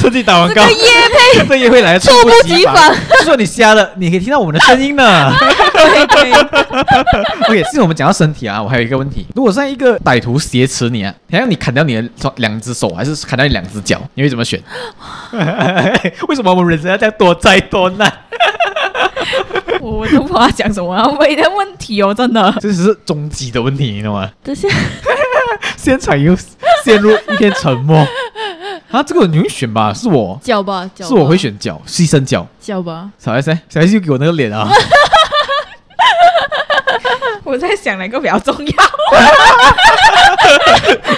趁机 [laughs]
啊
打广告，
这个业 [laughs]
配 [laughs] 这也会来得猝不及防。就算你瞎了，你可以听到我们的声音 [laughs] 呢。OK，是我们讲到身体啊，我还有一个问题，如果像一个歹徒挟持你啊，想要你砍掉你的双两只手，还是砍掉你两只脚，你会怎么选？ [laughs] 为什么我们人生要这样多灾多难？
我我都不知道讲什么啊，没的问题哦，真的。
[laughs] 这只是终极的问题，你懂吗？
等下，
现场又陷入一片沉 [laughs] 默。啊，这个你会选吧？是我，
脚吧，脚吧
是我会选脚，牺牲脚。
脚吧。
小 S，呢小 S 又给我那个脸 [laughs] 啊！
[laughs] 我在想哪个比较重要。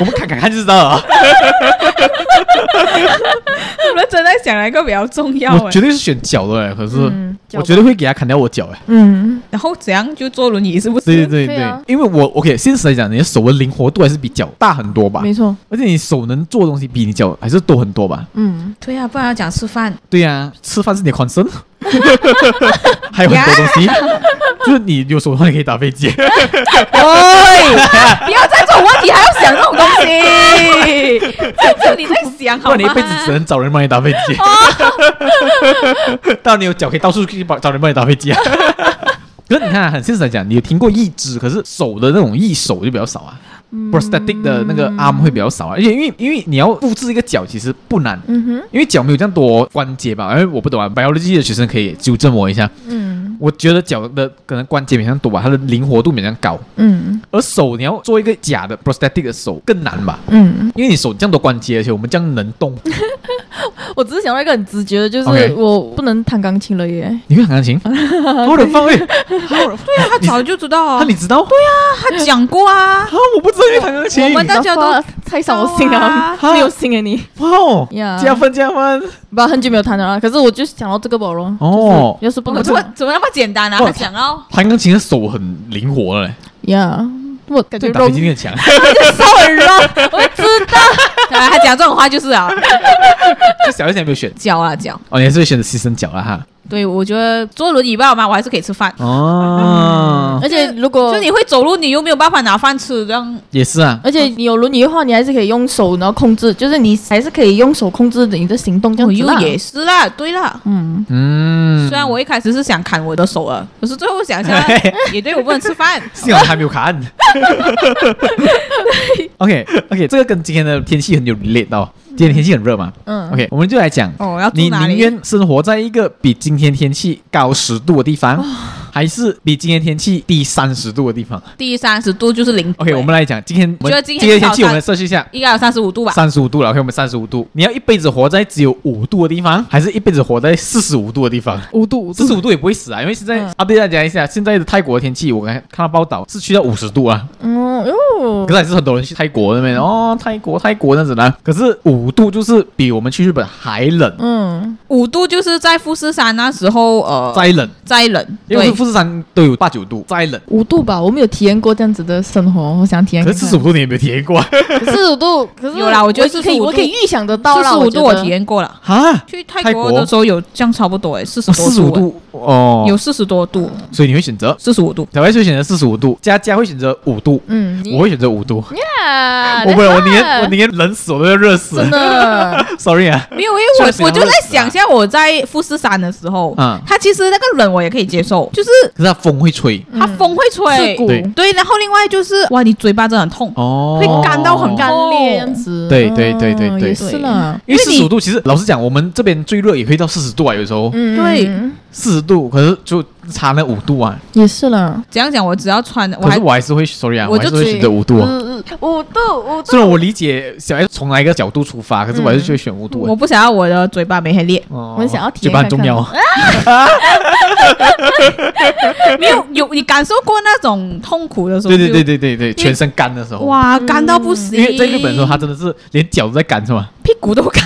我们看看看就知道了啊。
[laughs] 我们真在想哪个比较重要
我
哎
绝。对是选脚的欸，可是
嗯脚
我绝对会给他砍掉我脚哎。
嗯，
然后怎样就坐轮椅是不是？
对对对
对啊
对，因为我 OK，现实来讲，你的手的灵活度还是比脚大很多吧，
没错。
而且你手能做的东西比你脚还是多很多吧。
嗯，
对啊，不然要讲吃饭。
对呀、吃饭是你的
[laughs]
concern，还有很多东西，就是你有手的话，你可以打飞机。
[laughs]
不要再这种问题还要想这 [laughs] 种东西， [laughs] 这就你在想啊
不
好
然
吗？
你一辈
[laughs]
子只能找人帮你打飞机。
哦
[laughs] 当然你有脚可以到处去帮找人帮你打飞
[laughs]
机啊。可是你看啊，很现实来讲，你有听过义肢，可是手的那种义手就比较少啊。prosthetic
嗯
的那个 arm 会比较少啊，而且因为因为你要复制一个脚其实不难，
嗯哼，
因为脚没有这样多关节吧，因为我不懂啊，biology 的学生可以纠正我一下。
嗯
我觉得脚的可能关节没这样多吧，它的灵活度没这样高，
嗯
而手你要做一个假的 prosthetic 的手更难吧，
嗯，
因为你手这样多关节，而且我们这样能动，
我只是想到一个很直觉的，就是
OK
我不能弹钢琴了耶。
你会弹钢琴？我的放位，对
他早就知道啊
啊，，你知道？对啊，
他讲过啊。
我不知道你会弹钢琴，
我们大家都
太伤我心了，
啊
没有心啊你。
哇哦
Yeah
加分加分，
不，很久没有弹了啊，可是我就想到这个宝龙。
哦
就是要是不
我
能
怎么怎么那么简单啊？
哇
他讲哦，
弹钢琴的手很灵活嘞，
呀，我感觉
这打飞
wrong，
机很强， [laughs]
手很 wrong，我知道。
啊他讲这种话就是啊， [laughs]
这小一点没有选。
脚啊脚。
哦，你还是会选择牺牲脚了哈。
对，我觉得坐轮椅吧嘛，我还是可以吃饭。
哦，
而且如果
就你会走路，你又没有办法拿饭吃，这样
也是啊。
而且你有轮椅的话，你还是可以用手然后控制，就是你还是可以用手控制你的行动这
我
样子
哦又
啦。
也是啦，对啦。
嗯，
嗯，
虽然我一开始是啊想砍我的手啊，可是最后想
[laughs]
想也对，我不能吃饭。
幸好还没有看。OK OK，这个跟今天的天气很有 relate 到。今天天气很热嘛？
嗯
OK，我们就来讲，
哦，要住
你
哪
宁
里？
愿生活在一个比今天天气高十度的地方，还是比今天天气低三十度的地方
第三十度就是零
？OK，我们来讲今天我
觉得
们
今
今
天
天天
早
气，
上
我们设计一下。
应该有三十五度吧？
三十五度了，OK，我们三十五度。你要一辈子活在只有五度的地方，还是一辈子活在四十五度的地方？
五度五
四十五度也不会死啊，因为现在
嗯
update 大家一下，现在的泰国的天气，我刚才看到报道是去到五十度啊，
嗯哟
可，是还是很多人去泰国那边哦，泰国泰国那样子啦。可是五度就是比我们去日本还冷，
嗯
五度就是在富士山那时候，呃，
再冷，
再冷，
因为
对，
富士山都有八九度，再冷。
五度吧，我没有体验过这样子的生活，我想体验
可
哎看
是
看。
四十五度你也没有体验过啊
四十五度，可是
有啦我觉得
可以，
45度
我可以预想得到
四
啦。
十五度
我
我
觉得
体，验过了。
哈？
去泰国的时候有这样差不多哎，四十多
四十五
度
度哦
哎，，有四十多度，
所以你会选择
四十五度。
小白会选择四十五度，佳佳会选择五度，
嗯，
我会选择五度。
呀
我不然我宁愿
that's
我
right
宁愿冷死我都要热死
真。的，
Sorry 啊，
没有，因为
所
我
以谁
我就在
会死啊
想象我在富士山的时候，
嗯
它其实那个冷我也可以接受，就是
可是它风会吹
它风 [laughs] 会吹
刺，骨
对
对，然后另外就是嗯哇，你嘴巴真的很痛，
哦，
会干到很
干
干
裂
裂
这样子。
对对对对
嗯
对
也是啦。
因为
因
四
为你
十五度其实老实讲，我们这边最热也可以到四十度啊，有时候
嗯，
对
嗯
四十度，可是就差那五度啊。
也是啦。
怎样讲？我只要穿，我
可是
还
我还是会 sorry 啊，
我
我
就
还是会选择五度啊。
嗯嗯，五度五度，
虽然我理解小 S 从哪一个角度出发，可是我还是会选五度
我
欸。
不想要我的嘴巴没黑 [laughs] 裂，
我
我们想要体
嘴
验
巴很
看看
重要啊，
没有有你感受过那种痛苦的时
对
候，
对对
对，
对对对，全身干的时候，
哇，
嗯
干到不行。
因为在日本的时候，他真的是连脚都在干，是吗？
屁股都干，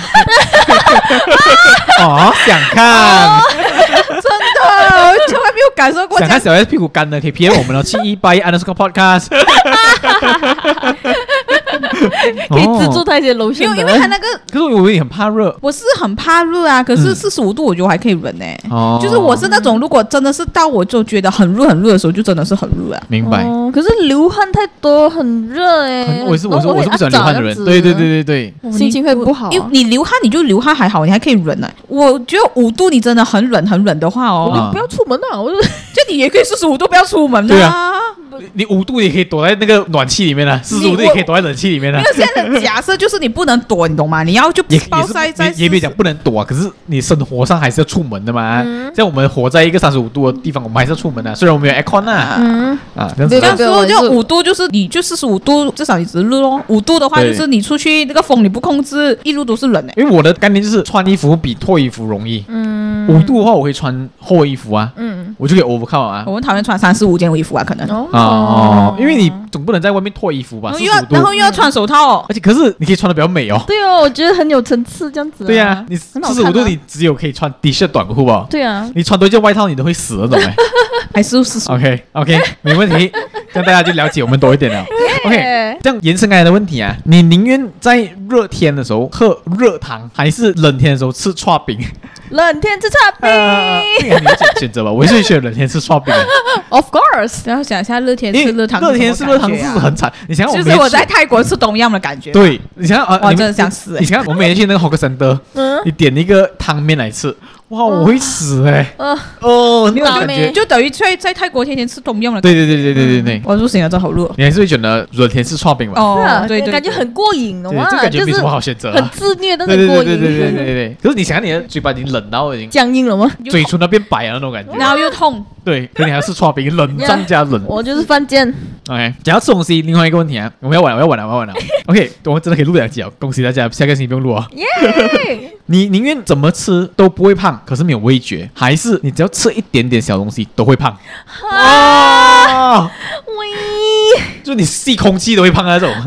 哦，想看，
真的，我从来没有感受过这
想看
样。
小 S 屁股干的，可以 PM 我们了，去一八一 underscore podcast，
可以资助
哦。
他一些楼
没
下
有，
的，
因为他那个
可是我也很怕热
我是很怕热啊，可是
嗯
四十五度我觉得我还可以忍呢、欸
哦，
就是我是那种，如果真的是到我就觉得很热很热的时候，就真的是很热啊。
明白。
哦可是流汗太多，很热哎
很。我是我是
然后
我
会
是不喜欢流汗的人，
按掌这
对
样
对
子
对对对，
心情会不好啊
因为哦你流汗，你就流汗还好，你还可以忍呢、我觉得五度你真的很忍很忍的话
我
哦，
啊
就不要出门了，我就
就你也可以四十五度不要出门
对
啊。
你你五度也可以躲在那个暖气里面了，四十五度也可以躲在冷气里面啊了
因为。现在的假设就是你不能躲，你懂吗？你要就
也
暴
也
晒在
是也也别讲不能躲啊，可是你生活上还是要出门的嘛。
嗯
像我们活在一个三十五度的地方，我们还是要出门的、虽然我们有 aircon 啊
[laughs] 嗯，
啊，这样子
对
啊
这样说
对对
就
我也是
五度，就是你就四十五度，至少你只是热咯。五度的话，就
对
是你出去那个风你不控制，一路都是冷欸诶、
因为我的概念就是穿衣服比脱衣服容易。嗯，五度的话我会穿厚衣服啊，
嗯
我就可以 overcome 啊。
我很讨厌穿三四五件衣服啊，可能。
啊哦，因为你总不能在外面脱衣服吧？
然后
四
哦
十
又要
五度
然，后又要穿手套、哦，
而且可是你可以穿的比较美哦。
对哦，我觉得很有层次这样子。啊
对呀、你四
很好
十
看啊
五度你只有可以穿 T 恤短裤吧？
对啊，
你穿多一件外套，你都会死那种哎、
还是四
[laughs]
十
OK OK，没问题，这样大家就了解我们多一点了。OK，
对
这样延伸刚才的问题啊，你宁愿在热天的时候喝热汤，还是冷天的时候吃串冰？
冷天之差
呃，
冰
这个你要选选择吧，我是选冷天吃串
[laughs]
冰，
，Of course。
然后想一下热天
因
吃
为
热汤，
热天吃热汤是很惨。你想想我
啊就
们
是我
每次
在泰国吃东阳的感觉。，
[laughs] 对，你想想啊，
哇
你们
真的想死欸
你想想我们每天去那个 hawker center，
嗯
你点一个汤面来吃，哇，我会死哎，
嗯，
哦，那
没有
种感觉
没，
就等于在在泰国天天吃东阳的感
对
觉。
对对对对对对，
我不行了，这好热。
你还是会选择冷天吃串冰吧？
是
哦
啊，
对对，
感觉
对
很过瘾的
对，
嘛
这，感觉
就
没
是
什么好选择啊，
很自虐，但是
对
很
对
过
对
瘾，
对对对对对。可是你想想，你的嘴巴已经冷到已经
僵硬了吗？
又
嘴
痛
唇都变白了那种感觉。
然后又痛，
对，可你还是刷冰，冷
Yeah
上加冷。
我就是
[laughs]
犯贱，
OK，讲到吃东西，另外一个问题啊，我们要晚了，我要晚了，我
[laughs]
要晚了。OK，我们真的可以录两集哦，恭喜大家，下个星期不用录啊。
耶！
你宁愿怎么吃都不会胖，可是没有味觉，还是你只要吃一点点小东西都会胖？哦，
喂，
就你吸空气都会胖的那种。
[laughs]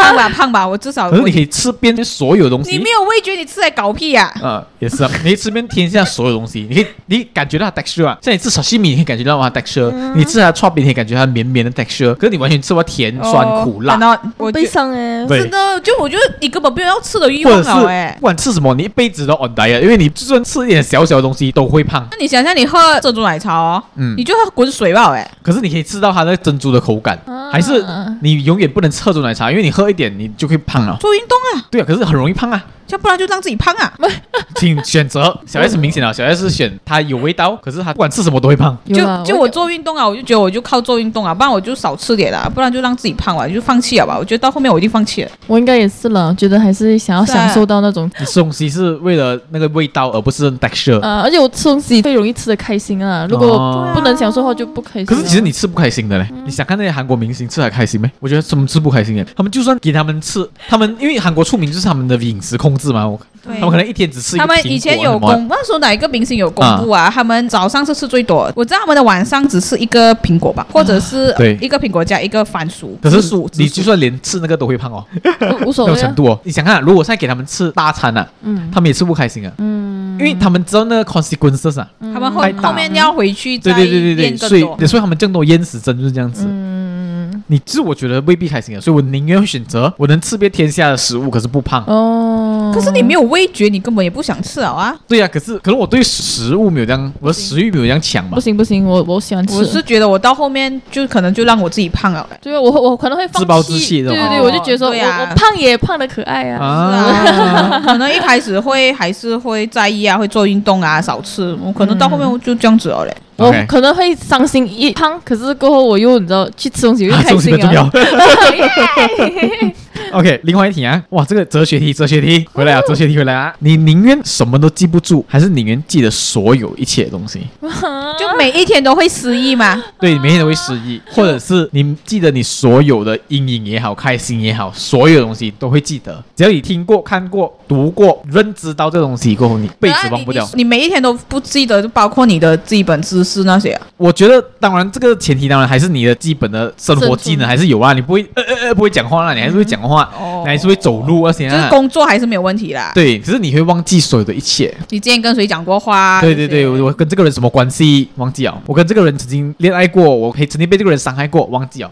胖吧胖吧，我至少
可是你可以吃遍所有东西
你。没有味觉，你吃来搞屁呀、
啊、也是啊，你可以吃遍天下所有东西，你可以你感觉到它 texture 啊，像你吃小西米，你可以感觉到它 texture，、你吃它的串饼，你可以感觉它绵绵的 texture，可是你完全吃不到甜、嗯酸、苦、辣
然，后
我
哦我
悲
就
伤哎，
对
真的，就我觉得你根本不要吃的欲
或
望
者是
了哎
不。管吃什么，你一辈子都 on diet，因为你就算吃一点小小的东西都会胖。
那你想象你喝珍珠奶茶哦，
嗯
你就喝滚水吧，哎，
可是你可以吃到它的珍珠的口感，
啊
还是你永远不能喝珍奶茶，因为你喝一点你就会胖了。
做运动啊，
对啊，可是很容易胖啊，
要不然就让自己胖啊。
请选择。小 S 明显啊了，小 S 选它有味道，可是它不管吃什么都会胖。
有啦
就就我做运动啊，我就觉得我就靠做运动啊，不然我就少吃点啊啦，不然就让自己胖了，就放弃了吧。我觉得到后面我一定放弃了。
我应该也是了，觉得还是想要
是啊
享受到那种。
你吃东西是为了那个味道，而不是 texture。
呃，而且我吃东西最容易吃的开心啊，如果
哦
不能享受的话就不开心啊。
可是其实你吃不开心的嘞，
嗯
你想看那些韩国明星吃还开心没？我觉得他们吃不开心的，他们就算给他们吃，他们因为韩国出名就是他们的饮食控制嘛，我
对
他们可能一天只吃一个
他们
苹果
以前有
什么的
公，那时候哪一个明星有公布啊？他们早上是吃最多，我知道他们的晚上只吃一个苹果吧，或者是
啊对
一个苹果加一个番薯，
可是
紫薯，
你
紫
就
薯
算连吃那个都会胖哦，
无无所
那种
谓啊
程，度哦。你想看，如果现在给他们吃大餐啊，
嗯
他们也吃不开心啊，嗯，因为他们知道那个 consequences 啊，
他们后
太大了
后面要回去再
对对对对
练
对，
更
所以
多。
所以他们更多淹死症就是这样子。
嗯
你其实我觉得未必开心啊，所以我宁愿选择我能吃遍天下的食物，可是不胖。
哦。
可是你没有味觉，你根本也不想吃了啊！
对呀、可是可能我对食物没有这样，我的食欲没有这样强吧
不。行不行，我我喜欢吃。
我是觉得我到后面就可能就让我自己胖了。
对啊，我会我可能会放
自暴自弃
弃，
这
对
种
对对，
哦
我就觉得说我
对啊
我胖也胖的可爱啊，
啊， [laughs] 可能一开始会还是会在意啊，会做运动啊，少吃。我可能到
嗯
后面我就这样子了嘞。
我
OK
可能会伤心一胖，可是过后我又你知道去吃东西我又开
重
心
点
[laughs]
重要 [laughs]
啊。。
OK，另外一题啊，哇，这个哲学题，哲学
哦
题回来啊，哲学题回来啊。你宁愿什么都记不住，还是宁愿记得所有一切东西？
就每一天都会失忆嘛。
对，你每天都会失忆，或者是你记得你所有的阴影也好，开心也好，所有东西都会记得。只要你听过、看过、读过、认知到这东西过后，你辈子忘不掉
哎你。你。你每一天都不记得，就包括你的基本知识那些、啊。
我觉得，当然这个前提当然还是你的基本的生活
生存
技能还是有啊，你不会呃呃呃不会讲话啦，你还是会讲话，
哦
你还是会走路啊，些
就
啊。
是工作还是没有问题啦。
对，可是你会忘记所有的一切。
你之前跟谁讲过话？
对对对，
这些
我我跟这个人什么关系？忘记了。我跟这个人曾经恋爱过，我可以曾经被这个人伤害过，忘记了。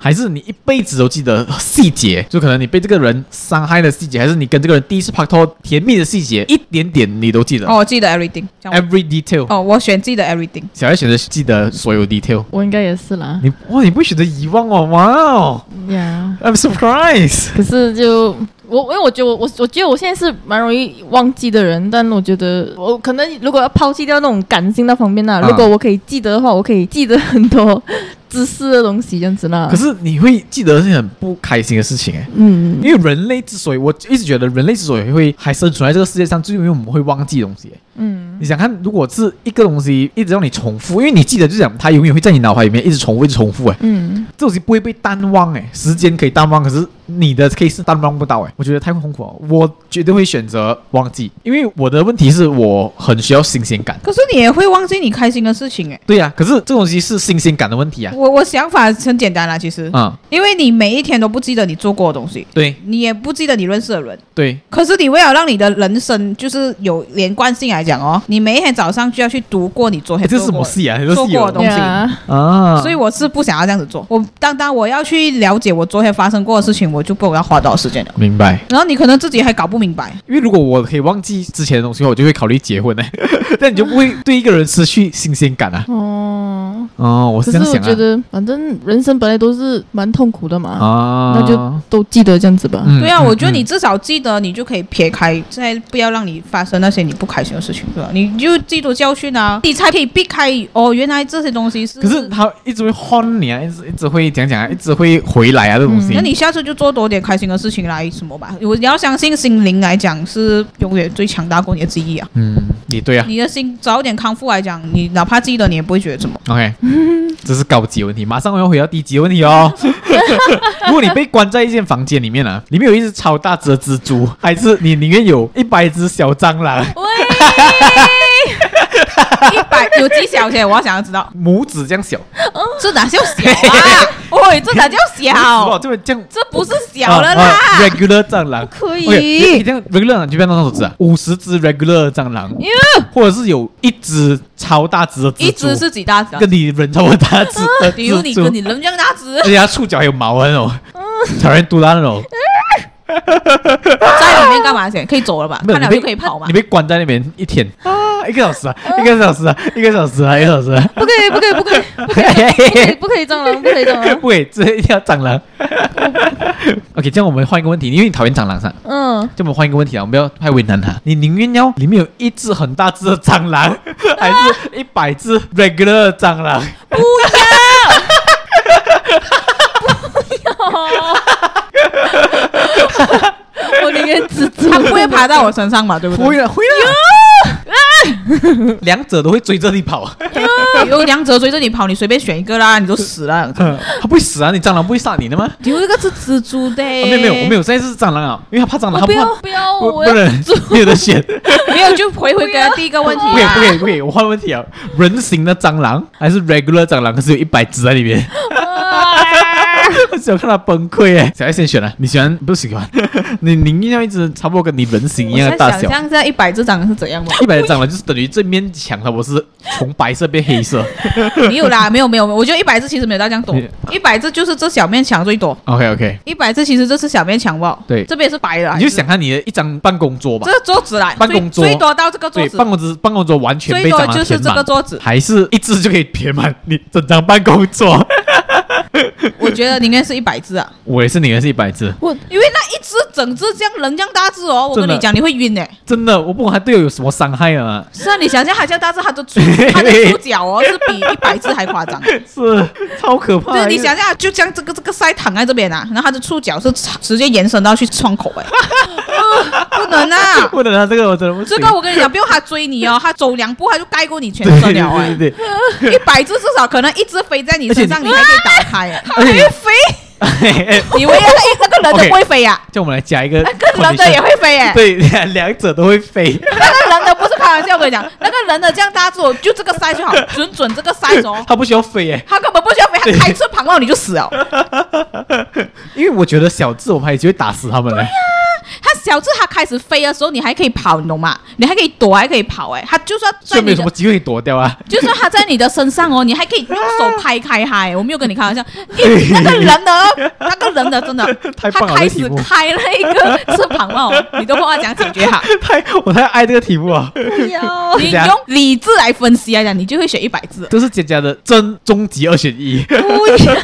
还是你一辈子都记得细节，就可能你被这个人伤害的细节，还是你跟这个人第一次拍拖甜蜜的细节，一点点你都记得、
哦，我记得 everything 这样。
，every detail。
哦，我选记得 everything。
小孩选择记得所有 detail。
我应该也是啦，
你哇，你不会选择遗忘哦，哇哦
呀。
，I'm surprised。
可是就我，因为我觉得我我我觉得我现在是蛮容易忘记的人，但我觉得我可能如果要抛弃掉那种感性那方面呢、
啊
如果我可以记得的话，我可以记得很多知识的东西这样子
啊
啦。
可是你会记得是很不开心的事情哎。
嗯，
因为人类之所以，我一直觉得人类之所以会还生存在这个世界上，就是因为我们会忘记东西。
嗯，
你想看，如果是一个东西一直让你重复，因为你记得就讲它永远会在你脑海里面一直重复，一直重复。哎，
嗯，
这东西不会被淡忘。哎，时间可以淡忘，可是你的 case 淡忘不到。哎，我觉得太痛苦了，我绝对会选择忘记，因为我的问题是我很需要新鲜感。
可是你也会忘记你开心的事情哎、
对呀、可是这东西是新鲜感的问题啊。
我我想法很简单啦，其实，
嗯，
因为你每一天都不记得你做过的东西，
对
你也不记得你认识的人。
对，
可是你为了让你的人生就是有连贯性来讲哦，你每一天早上就要去读过你昨
哎，
天
这
做
是什么
过的
戏啊？这是
做
戏
过
哦
的东西
呀
啊，
所以我是不想要这样子做。我当当我要去了解我昨天发生过的事情，我就不懂要花多少时间了。
明白。
然后你可能自己还搞不明白，
因为如果我可以忘记之前的东西，我就会考虑结婚呢、 [laughs] 但你就不会对一个人失去新鲜感啊。
哦，
[laughs] 哦，我
可
是
是
这样
我
想
觉
啊。
得，反正人生本来都是蛮痛苦的嘛，
啊，
那就都记得这样子吧。
嗯
对啊，
嗯
我觉得你
嗯
至少记得，你就可以撇开，现在不要让你发生那些你不开心的事情，对吧？你就记住教训啊，你才可以避开哦。原来这些东西是，
可是他一直会轰你啊，一直一直会讲讲啊，一直会回来啊，这东西。
嗯那你下次就做多点开心的事情来什么吧。我你要相信心灵来讲是永远最强大过你的记忆啊。
嗯，也对啊。
你的心早点康复来讲，你哪怕记得你也不会觉得怎么。 [laughs]
OK，这是高级的问题，马上我要回到低级的问题哦。 [laughs] 如果你被关在一间房间里面啊，里面有一只超大只的蜘蛛，还是你里面有一百只小蟑螂？
喂，
一百百有几小钱？我要想要知道，
拇指这样小，
这哪叫小啊？嗯 [laughs] 嗯喂，这哪叫
哦，
小？
这边这样
这不是小了啦！
啊啊 regular 蟑螂
可以
OK，你这样 regular 蟑螂就变到多少只啊？五十只 regular 蟑螂，或者是有一只超大只的蜘蛛，
一只是几大只啊？
跟你人差不多大只的
比如你
蜘蛛
跟，你嗯人这样大只
而，且它触角还有毛啊的那种，草原独大那种，
在里面干嘛先？可以走了吧？
没有
看
你
了
被
就可以跑嘛
你？被关在那边一天啊，一个小时啊，一个小时啊，一个小时啊，一个小时啊，
不可以，不可以，不可以，不可以，不可以，不可以蟑螂，不可以蟑螂。
[laughs] 不会，这一定要蟑螂。OK，这样我们换一个问题，因为你讨厌蟑螂噻。
嗯，
这么换一个问题啊，我们不要太为难他。你宁愿要里面有一只很大只的蟑螂，还是一百只 regular 蟑螂？
我宁
[laughs]
愿蜘蛛。
它不会爬到我身上嘛？对不
会
对？
了，会了，两者都会追着你跑，
有两者追着你跑，你随便选一个啦，你就死了。
它不会死啊，你蟑螂不会杀你的吗？啊
丢一个是蜘蛛的，
没有没有，我没有，现在是蟑螂啊，因为它怕蟑螂，它
我不
怕
要，不要，
不
我
不
要
能没有得选，
没有就回回跟第一个问题啊
不可以
啦
不。可以不可以，我换问题啊，人形的蟑螂还是 regular 蟑螂？可是有一百只在里面， [laughs] 只有看它崩溃哎。小爱先选了，你喜欢不喜欢？ [laughs] 你宁愿要一只差不多跟你人形一
我
样的大
在想
小。
象这一百只蟑螂是怎样吧？
一百的蟑螂就是等于这面墙，它我是从白色变黑
[laughs]
色。
没有啦，没有没有，我觉得一百只其实没有到这样多
你，啊
一百只就是这小面墙最多，
OK OK，
一百只其实这是小面墙吧？
对
这边是白的，
你就想看你的一张办公桌吧
这，个桌子啦，
办公桌
最最多到这个桌
对，
子
办，公桌办公桌完全
最
被
多
蟑螂
就是
填
这个
满，[laughs]
桌子。
还是一只就可以填满你整张办公
[laughs]
桌。
我觉得宁愿是一百只啊，
我也是宁愿是一百只，
我
因为那一只整只这样人这样大只哦，我
真
跟
的
你讲你会晕诶。
真的，我不管它对我有什么伤害啊，
是啊，你想象它这样大只，它的
[laughs]
触它的触角哦是比一百只还夸张。
是超可怕
就是
的。
你想象，就像这个这个腮躺在这边啊，然后它的触角是直接延伸到去窗口
[laughs]
哎、呃不能啊！
为了它这个我真的 [laughs] 不行
这个我跟你讲，不用它追你哦，它走两步它就盖过你全
对
身
对
了哎、
对对
[laughs]
对，
一百只至少可能一只飞在你身上，
而
你还可以打开、哎
而且
飞，
你唯一那个人的
OK
不会飞呀、
哎叫我们来加一个 condition，
那个人的也会飞哎、
对， [laughs] 两者都会飞。
那个人的不是开玩笑，我跟
[laughs]
你讲，那个人的这样大只哦，就这个 size 就好，准准这个
[laughs]
size 哦，
它不需要飞哎，
他根本不需要飞，
对
他开翅膀哦你就死了。
[laughs] 因为我觉得小智我们还就会打死它们嘞。
它小智它开始飞的时候，你还可以跑，你懂吗？你还可以躲，还可以跑、哎，它就算在
就没
你
有什么
的，
机会躲掉啊。
就算它在你的身上哦，你还可以用手拍开它、哎我没有跟你开
[laughs]
玩笑，你那个人的，那个人的真的，
太
它
棒了
开
这
始
题目
开了一个翅膀哦，你都不知道怎样解决它。
[laughs] 太，我太爱这个题目啊！
不要。
你
这样
用理智来分析来讲，你就会选一百字。
这是姐姐的真终极二选一，
啊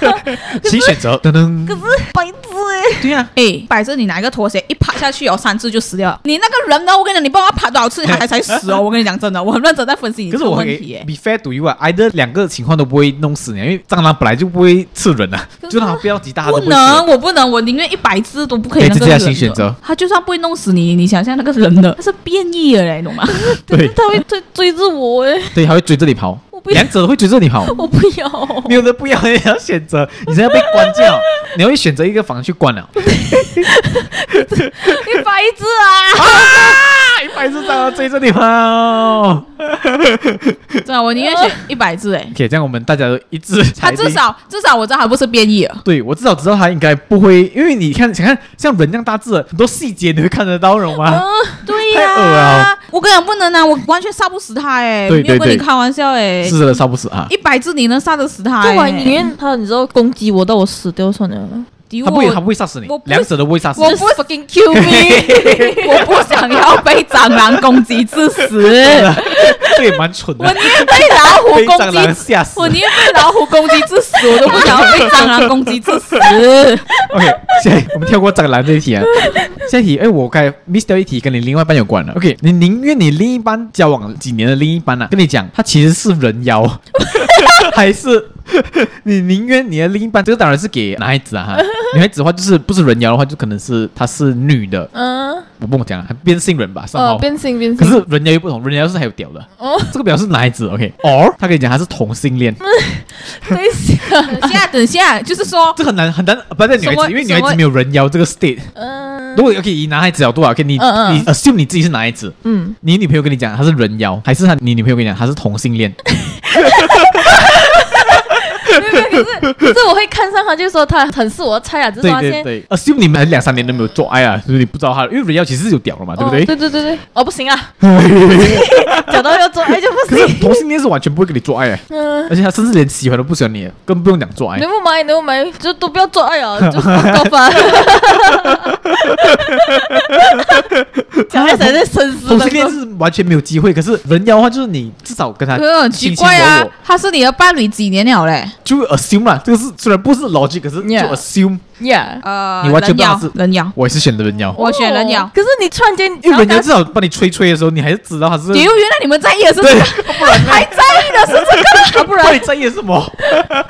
[laughs] 请选择。噔
可
噔，
是白痴哎，
[laughs] 对啊呀，
[laughs] 哎，摆着你拿一个拖鞋一趴下去哦，三次就死掉了。你那个人呢？我跟你讲，你帮我爬多少次，你还才死哦！我跟你讲真的，我很认真在分析你
可
这
是
个
我
问
给
题。哎
be fair to you 啊，either 两个情况都不会弄死你啊，因为蟑螂本来就不会刺人啊，
可是
就它不要几大它
不
都不会
能，
刺。
我不能，我宁愿一百只都不可以
给
那
自
个
己的
人
新选择。
他就算不会弄死你，你想象那个人的，他 [laughs] 是变异了嘞，你懂吗？
[laughs] 对
他会追追着我
[laughs]
哎，
对，它会追着你跑，
我不要
两者都会追着你跑。
我不要，
[laughs]
没有的不要，你要选择，你现在被关掉，你会选择一个房去
[laughs]
关了。啊
你白痴啊！
啊！一百只蟑螂追着你跑。
对啊，我宁愿选一百只哎，
OK，这样我们大家都一致
他
裁定。
至少至少我知道他不是变异了。
对，我至少知道他应该不会，因为你看，想看像人这样大致，很多细节你会看得到，懂
哦
吗？
嗯对
啊太恶了
呀，我跟你讲不能啊，我完全杀不死他哎，
对
没
对
有跟你
对
开玩笑哎，
是的，杀不死啊，
一百只你能杀得死他？哎
不管宁愿他，你知道攻击我到我死掉算 [laughs] 了。
敌
他不会，他不会杀死你
我，不
两者都不会杀死
我
[laughs] 你。
不 fucking kill me，我不想要被蟑螂攻击致 [laughs] 死，
这也蛮蠢
我
的，
宁愿被老虎
被
攻
蟑螂
击
吓死
[laughs] 我。宁愿被老虎攻击致死，我都不想要被蟑螂攻击致 [laughs] 死。
哎
OK，现在我们跳过蟑螂这一题啊，下一题，哎，我该 miss 掉一题，跟你另外一半有关了。OK，你宁愿你另一半交往几年的另一半啊，跟你讲，他其实是人妖，还是 [laughs] 你宁愿你的另一半，这个当然是给男孩子啊，哈女孩子的话就是不是人妖的话，就可能是她是女的，
嗯，
我不跟我讲了，还变性人吧，上
哦，
号。
变性变
可
性。
是人家又不同，人家是还有屌的，
哦，
这个表示男孩子 OK。or 他可以讲他是同性恋，
[laughs] 等一下，
等下，等下，就是说
这很难很难，不在女孩
什么
子，因为女孩
什
子
么
没有人妖这个 state，
嗯，
如果 OK 以男孩子角度啊，OK 你
嗯嗯
你 assume 你自己是男孩子，
嗯，
你女朋友跟你讲她是人妖，还是她你女朋友跟你讲她是同性
[laughs]
恋？
[laughs] 可是我会看上他，就说他很是我的菜啊，只是
对
发
对
现。
对，assume 你们两三年都没有做爱啊，所以你不知道她，因为人妖其实是有屌的嘛，对不
哦
对？
对对对对，哦不行
[laughs]
啊，讲到要做爱就不
可
行。
是 [laughs] 同性恋是完全不会跟你做
[laughs]
爱、欸，
嗯，
而且他甚至连喜欢都不喜欢你，啊更不用讲做爱
你。不买，你不买，就都不要做爱
[laughs]
啊，就放高吧。小孩才在深思
同
当
性恋
中。
是完全没有机会，可是人妖的话就是你至少跟他
可是很
卿
奇
卿
怪
我
啊
我，，
他是你的伴侣几年了嘞？
就 assume 啦，这个是虽然不是 logic，可是就
Yeah
assume。
Yeah，
呃，
你完全
人
不知道
妖
是
人妖，
我也是选的人妖，
我选人妖
哦。可是你突然间，
因为人
然
妖
后
至少帮你吹吹的时候，你还是知道他是
哟，原来你们在意的是这 [laughs]
对
个，还在意的是
[laughs]
这个。
他啊不然
到底在意什么？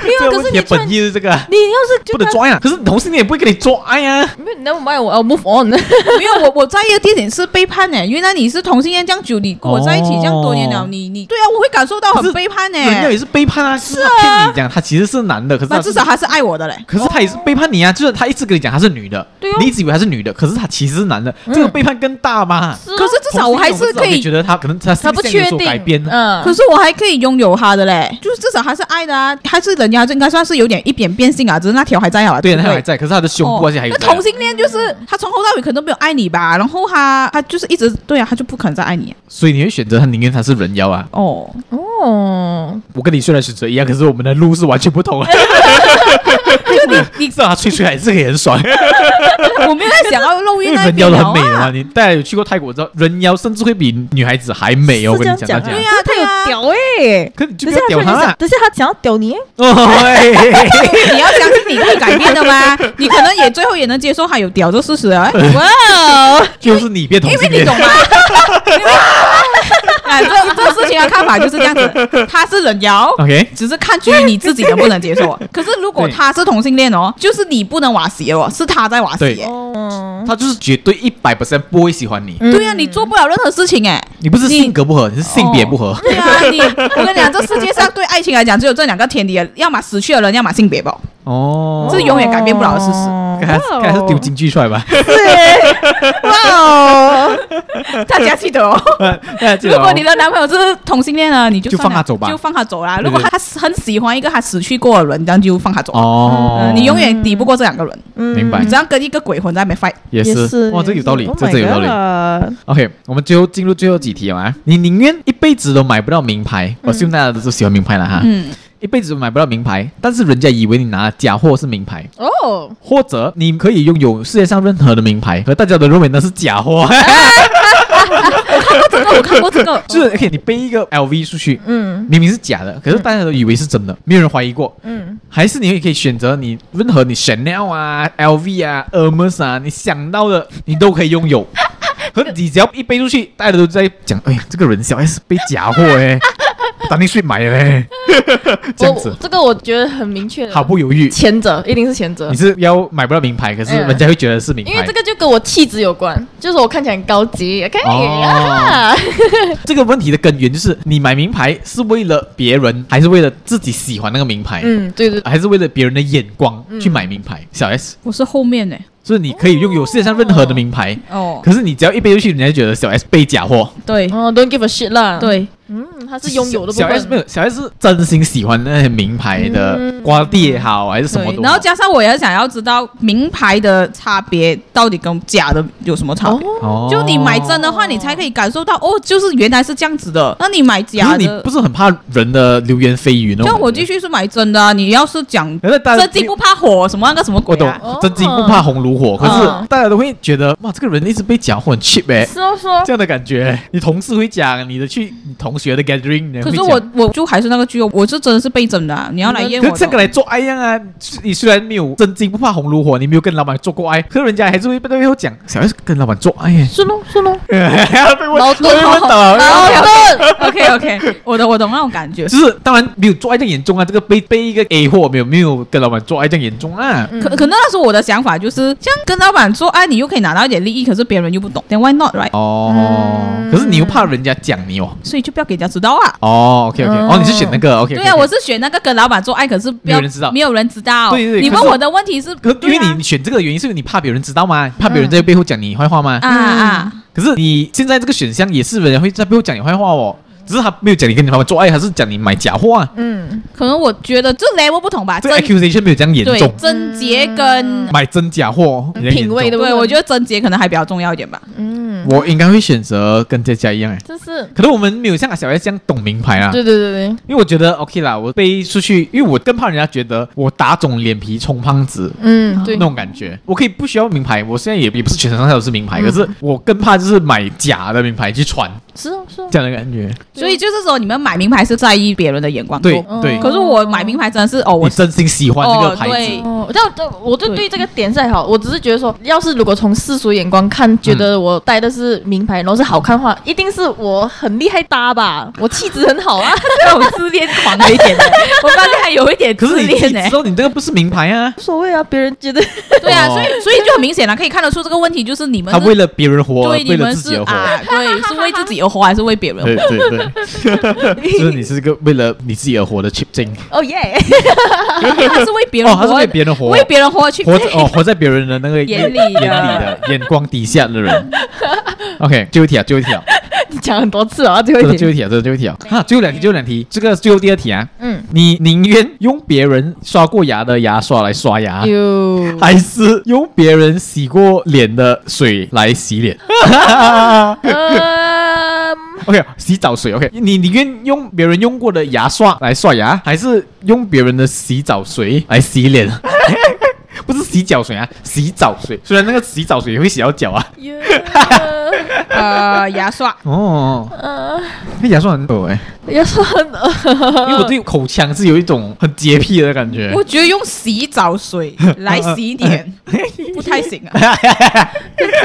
没
[laughs]
有
这
可
个
是
问
你
题的
突然
本意是这个啊，
你要是就
不
哦
能做爱啊。可是同性恋也不会跟你做爱啊。
没有，那我买我要 move on。
没有，我我在意的地点是背叛呢。原来你是同性恋这样久，你跟我在一起这样多年了，
哦
你你对啊，我会感受到
可
很
是
背叛呢。
人妖也是背叛啊，是啊，骗你讲他其实是男的，可是
那
他
至少还是爱我的嘞。
可是他也是背叛你啊，就是他一直跟你讲他是女的，
对哦
你一直以为他是女的，可是他其实是男的，这个背叛更大嘛。哎
可是至少我还是可
你
以
觉，得他可能他
他不确定，
改变啊呢。
嗯，
可是我还可以拥有他的嘞，就是至少还是爱的啊，还是人家就应该算是有点一点变性啊，只是那条还在啊。
对，
不
他还在，可是啊他的胸部而且还有
哦那同性恋就是他从头到尾可能都没有爱你吧，然后他他就是一直对啊，他就不肯再爱你
所以你会选择他，宁愿他是人妖啊。
哦。
哦，
我跟你虽然选择一样，可是我们的路是完全不同啊。 [laughs] 你你知道他吹吹还是可以很爽，
我没有在想要露
因
音
为
那一
人
边
妖都很
啊
美的嘛。你大家有去过泰国，知道人妖甚至会比女孩子还美哦。我
是
跟
这
你讲，
样讲
大家
啊，
对啊
可是他有屌哎。
可是你就
等
不要
一下
屌
突
他
然
啦
想，。等一下他想要屌你，
哦喂，
你要相信你会改变的吗？你可能也最后也能接受他有屌这事实 [laughs] 啊，
哇哦，
[laughs] 就是你变同
因为
性
你
恋
懂。吗？ [laughs] 啊，这这事情的看法就是这样子，他是人妖。
OK，
只是看出于你自己能不能接受啊。可是如果他是同性恋哦，就是你不能瓦鞋哦，是他在瓦鞋
对。
哦，
他就是绝对一百 percent 不会喜欢你。
嗯
对呀、你做不了任何事情哎。
你不是
你
性格不合，你是性别不合。
对啊，你我跟你讲，这世界上对爱情来讲，只有这两个天敌，要么死去的人，要么性别吧。
哦
这是永远改变不了的事实
看来是看来是丢金句出来
[laughs]
吧？
哇哦，
大家记得哦，
那这
如
个
果你的男朋友是同性恋呢，你就
就
算了
放他走吧
就放他走啦。
对
如果他很喜欢一个他死去过的人，这样就放他走。
哦
呃，你永远抵不过这两个人，
嗯
明白
你只要跟一个鬼魂在那边 fight。
也
也
是
是
哇，这个有道理，
Oh
这真
这
有道理。
理。
OK，我们最后进入最后几题啊，你宁愿一辈子都买不到名牌，我希望大家都喜欢名牌了哈，
嗯，
一辈子都买不到名牌，但是人家以为你拿的假货是名牌，
哦，
或者你可以拥有世界上任何的名牌，可大家都认为那是假
[laughs]
货，
这个我看过这个，
就是 OK，你背一个 LV 出去，
嗯
明明是假的，可是大家都以为是真的，没有人怀疑过，
嗯，
还是你也可以选择你任何你 Chanel 啊、LV 啊、Hermes 啊，你想到的你都可以拥
[laughs]
有。可是你只要一背出去，大家都在讲，哎呀，这个人小 S 背假货哎、欸，当天去买嘞，这样
我
子
这个我觉得很明确的，
毫不犹豫，
前者一定是前者
[laughs] 你，是要买不到名牌，可是
嗯
人家会觉得是名
因为
牌
这。个就跟我气质有关，就是我看起来很高级，OK，
哦
啊，
这个问题的根源就是你买名牌是为了别人，还是为了自己喜欢那个名牌，
[laughs] 嗯，对对，对
还是为了别人的眼光
嗯
去买名牌？小 S，
我是后面欸呢。
所以你可以拥有世界上任何的名牌，
哦，
可是你只要一背出去，人家就觉得小 S 背假货。
[laughs] 对
哦，Don't give a shit 啦，，
哎对，
嗯，他是拥有的部
小 S 没
分，
有，小 S 是真心喜欢那些名牌的
嗯
瓜地也好，还是什么
对
都好。
然后加上我也想要知道名牌的差别到底跟假的有什么差别。
哦
就你买真的话，你才可以感受到哦，就是原来是这样子的。那你买
可
假
是你
的
不，是很怕人的流言蜚语呢？
像我继续是买真的啊。你要是 [laughs] 讲
然后大家
真金不怕火什么那个什么
我
鬼
懂
啊？哦
哦，
真金不怕红炉火。可是
嗯
大家都会觉得哇，这个人一直被讲话很 cheap
[laughs]
哎，
是哦说
啊
这样的感觉。你同事会讲，你的去你同学的 gathering，你会
可是
讲
我我就还是那个句哦，我是真的是被整的啊。你要来验
可
我
是
的？
这个来做爱一样啊！你虽然没有真金不怕红炉火，你没有跟老板做过爱，可是人家还是会被背后讲小 S 跟老板做爱
[laughs]
耶，
是喽是喽，
被问
矛盾
被问 [laughs] 倒了。
矛盾，
OK OK，我懂我懂那种感觉。
就是当然没有做爱这样严重啊，这个被被一个 A 货没有没有跟老板做爱这样严重啊。
嗯
可可能那时候我的想法就是，像跟老板做爱，你又可以拿到一点利益，可是别人又不懂，then why not right？
哦，
嗯
可是你又怕人家讲你哦，
所以就不要要给人家知道啊。
哦，OK OK，哦，你是选那个 OK，
对啊，我是选那个跟老板做爱，可是不
没
要
有人知道
没有人知道。
对对对
你
可
问
是
我的问题是，
可是因为
对啊
你选这个的原因，是因为你怕别人知道嘛，怕别人在背后讲你坏话嘛。
啊啊，
可是你现在这个选项也是人家会在背后讲你坏话哦，只是他没有讲你跟你老板做爱，还是讲你买假货啊？
嗯，
可能我觉得这 level 不同吧，
这
贞
个 accusation 没有这样严
对
重，
贞洁跟
买真假货
嗯
人家严
品味
重
的
嗯对，我觉得贞洁可能还比较重要一点吧。
嗯，
我应该会选择跟佳佳一样哎。
这是
可能我们没有像小 S 这样懂名牌啊，
对对对
因为我觉得 OK 啦，我背出去，因为我更怕人家觉得我打肿脸皮充胖子，
对，嗯对
那，种感觉。我可以不需要名牌，我现在也也不是全身上下都是名牌，可是我更怕就是买假的名牌去穿
是哦是哦，
这样的感觉。
对
所以就是说，你们买名牌是在意别人的眼光多
对
嗯
对，
可是我买名牌真的是哦，
你
我
真心喜欢这个牌
哦
子
对，
哦，但但我对
对
对这个点是还好，我只是觉得说，要是如果从世俗眼光看，觉得我戴的是名牌，然后是好看的话，一定是我很厉害搭吧，我气质很好啊。
这种自恋狂的一点 [laughs] 欸，我发现还有一点
可
自
是你自
恋欸
己知。
呢
道你这个不是名牌啊，
无所谓啊，别人觉得
对啊，
哦
所以所以就很明显了，可以看得出这个问题就是你们
他
是
为了别人活，
对
为
你
了
们
自己
是
而活。
啊， [laughs] 对，是为自己而活还是为别人
对
活？
对对，
[laughs]
就是你是一个为了你自己而活的 chip 精
哦耶，
他是为别
哦
人，活
他是为别人活，
为别人活去
活在哦活在别人的那个
眼里
眼里
的
的眼光底下的
[laughs]
人。OK，最后一题啊，最后一题啊，
你 [laughs] 讲很多次啊，最
这
后
是
一
最后一题
点，
啊，这是最后一题啊，啊，最后
嗯
两题，最后两题，这个最后第二题啊，
嗯，
你宁愿用别人刷过牙的牙刷来刷
哎
牙， [laughs]
有
还是用别人洗过脸的水来洗 [laughs] 脸
呃，
？OK，洗澡水。OK，你宁愿用别人用过的牙刷来刷牙，还是用别人的洗澡水来洗脸？ [laughs] 不是洗脚水啊，洗澡水。虽然那个洗澡水也会洗到脚啊。
[laughs] 有
呃牙刷。
哦，
呃，
那牙刷很恶哎、
也是很呃
因为我对口腔是有一种很洁癖的感觉。
我觉得用洗澡水来洗脸不太行啊，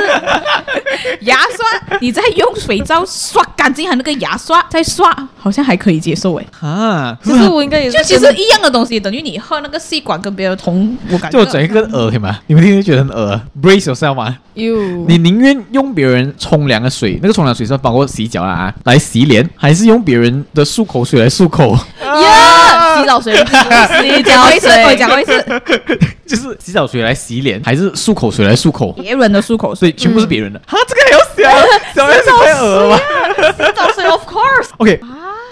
[laughs] 牙刷你在用水皂刷干净，还有那个牙刷再刷，好像还可以接受哎。
啊，
其实我应该也是
就其实一样的东西，等于你喝那个吸管跟别人同，我感觉
就我整一个恶，可以吗？你们听就觉得很恶，brace 啊 yourself 嘛、
有
你宁愿用别人冲凉的水，那个冲凉水是包括洗脚啦、啊，来洗脸，还是用别人的漱口水来漱口？
呀，洗澡水，洗
讲
[laughs] 澡
过一次，我
水，
讲过一次，
[laughs] 就是洗澡水来洗脸，还是漱口水来漱口？
别人的漱口
所
水
以全部是别
嗯
人的。哈、这个还要
[laughs]
想，啊小 S 太恶了吧
洗澡水，of course，
？OK，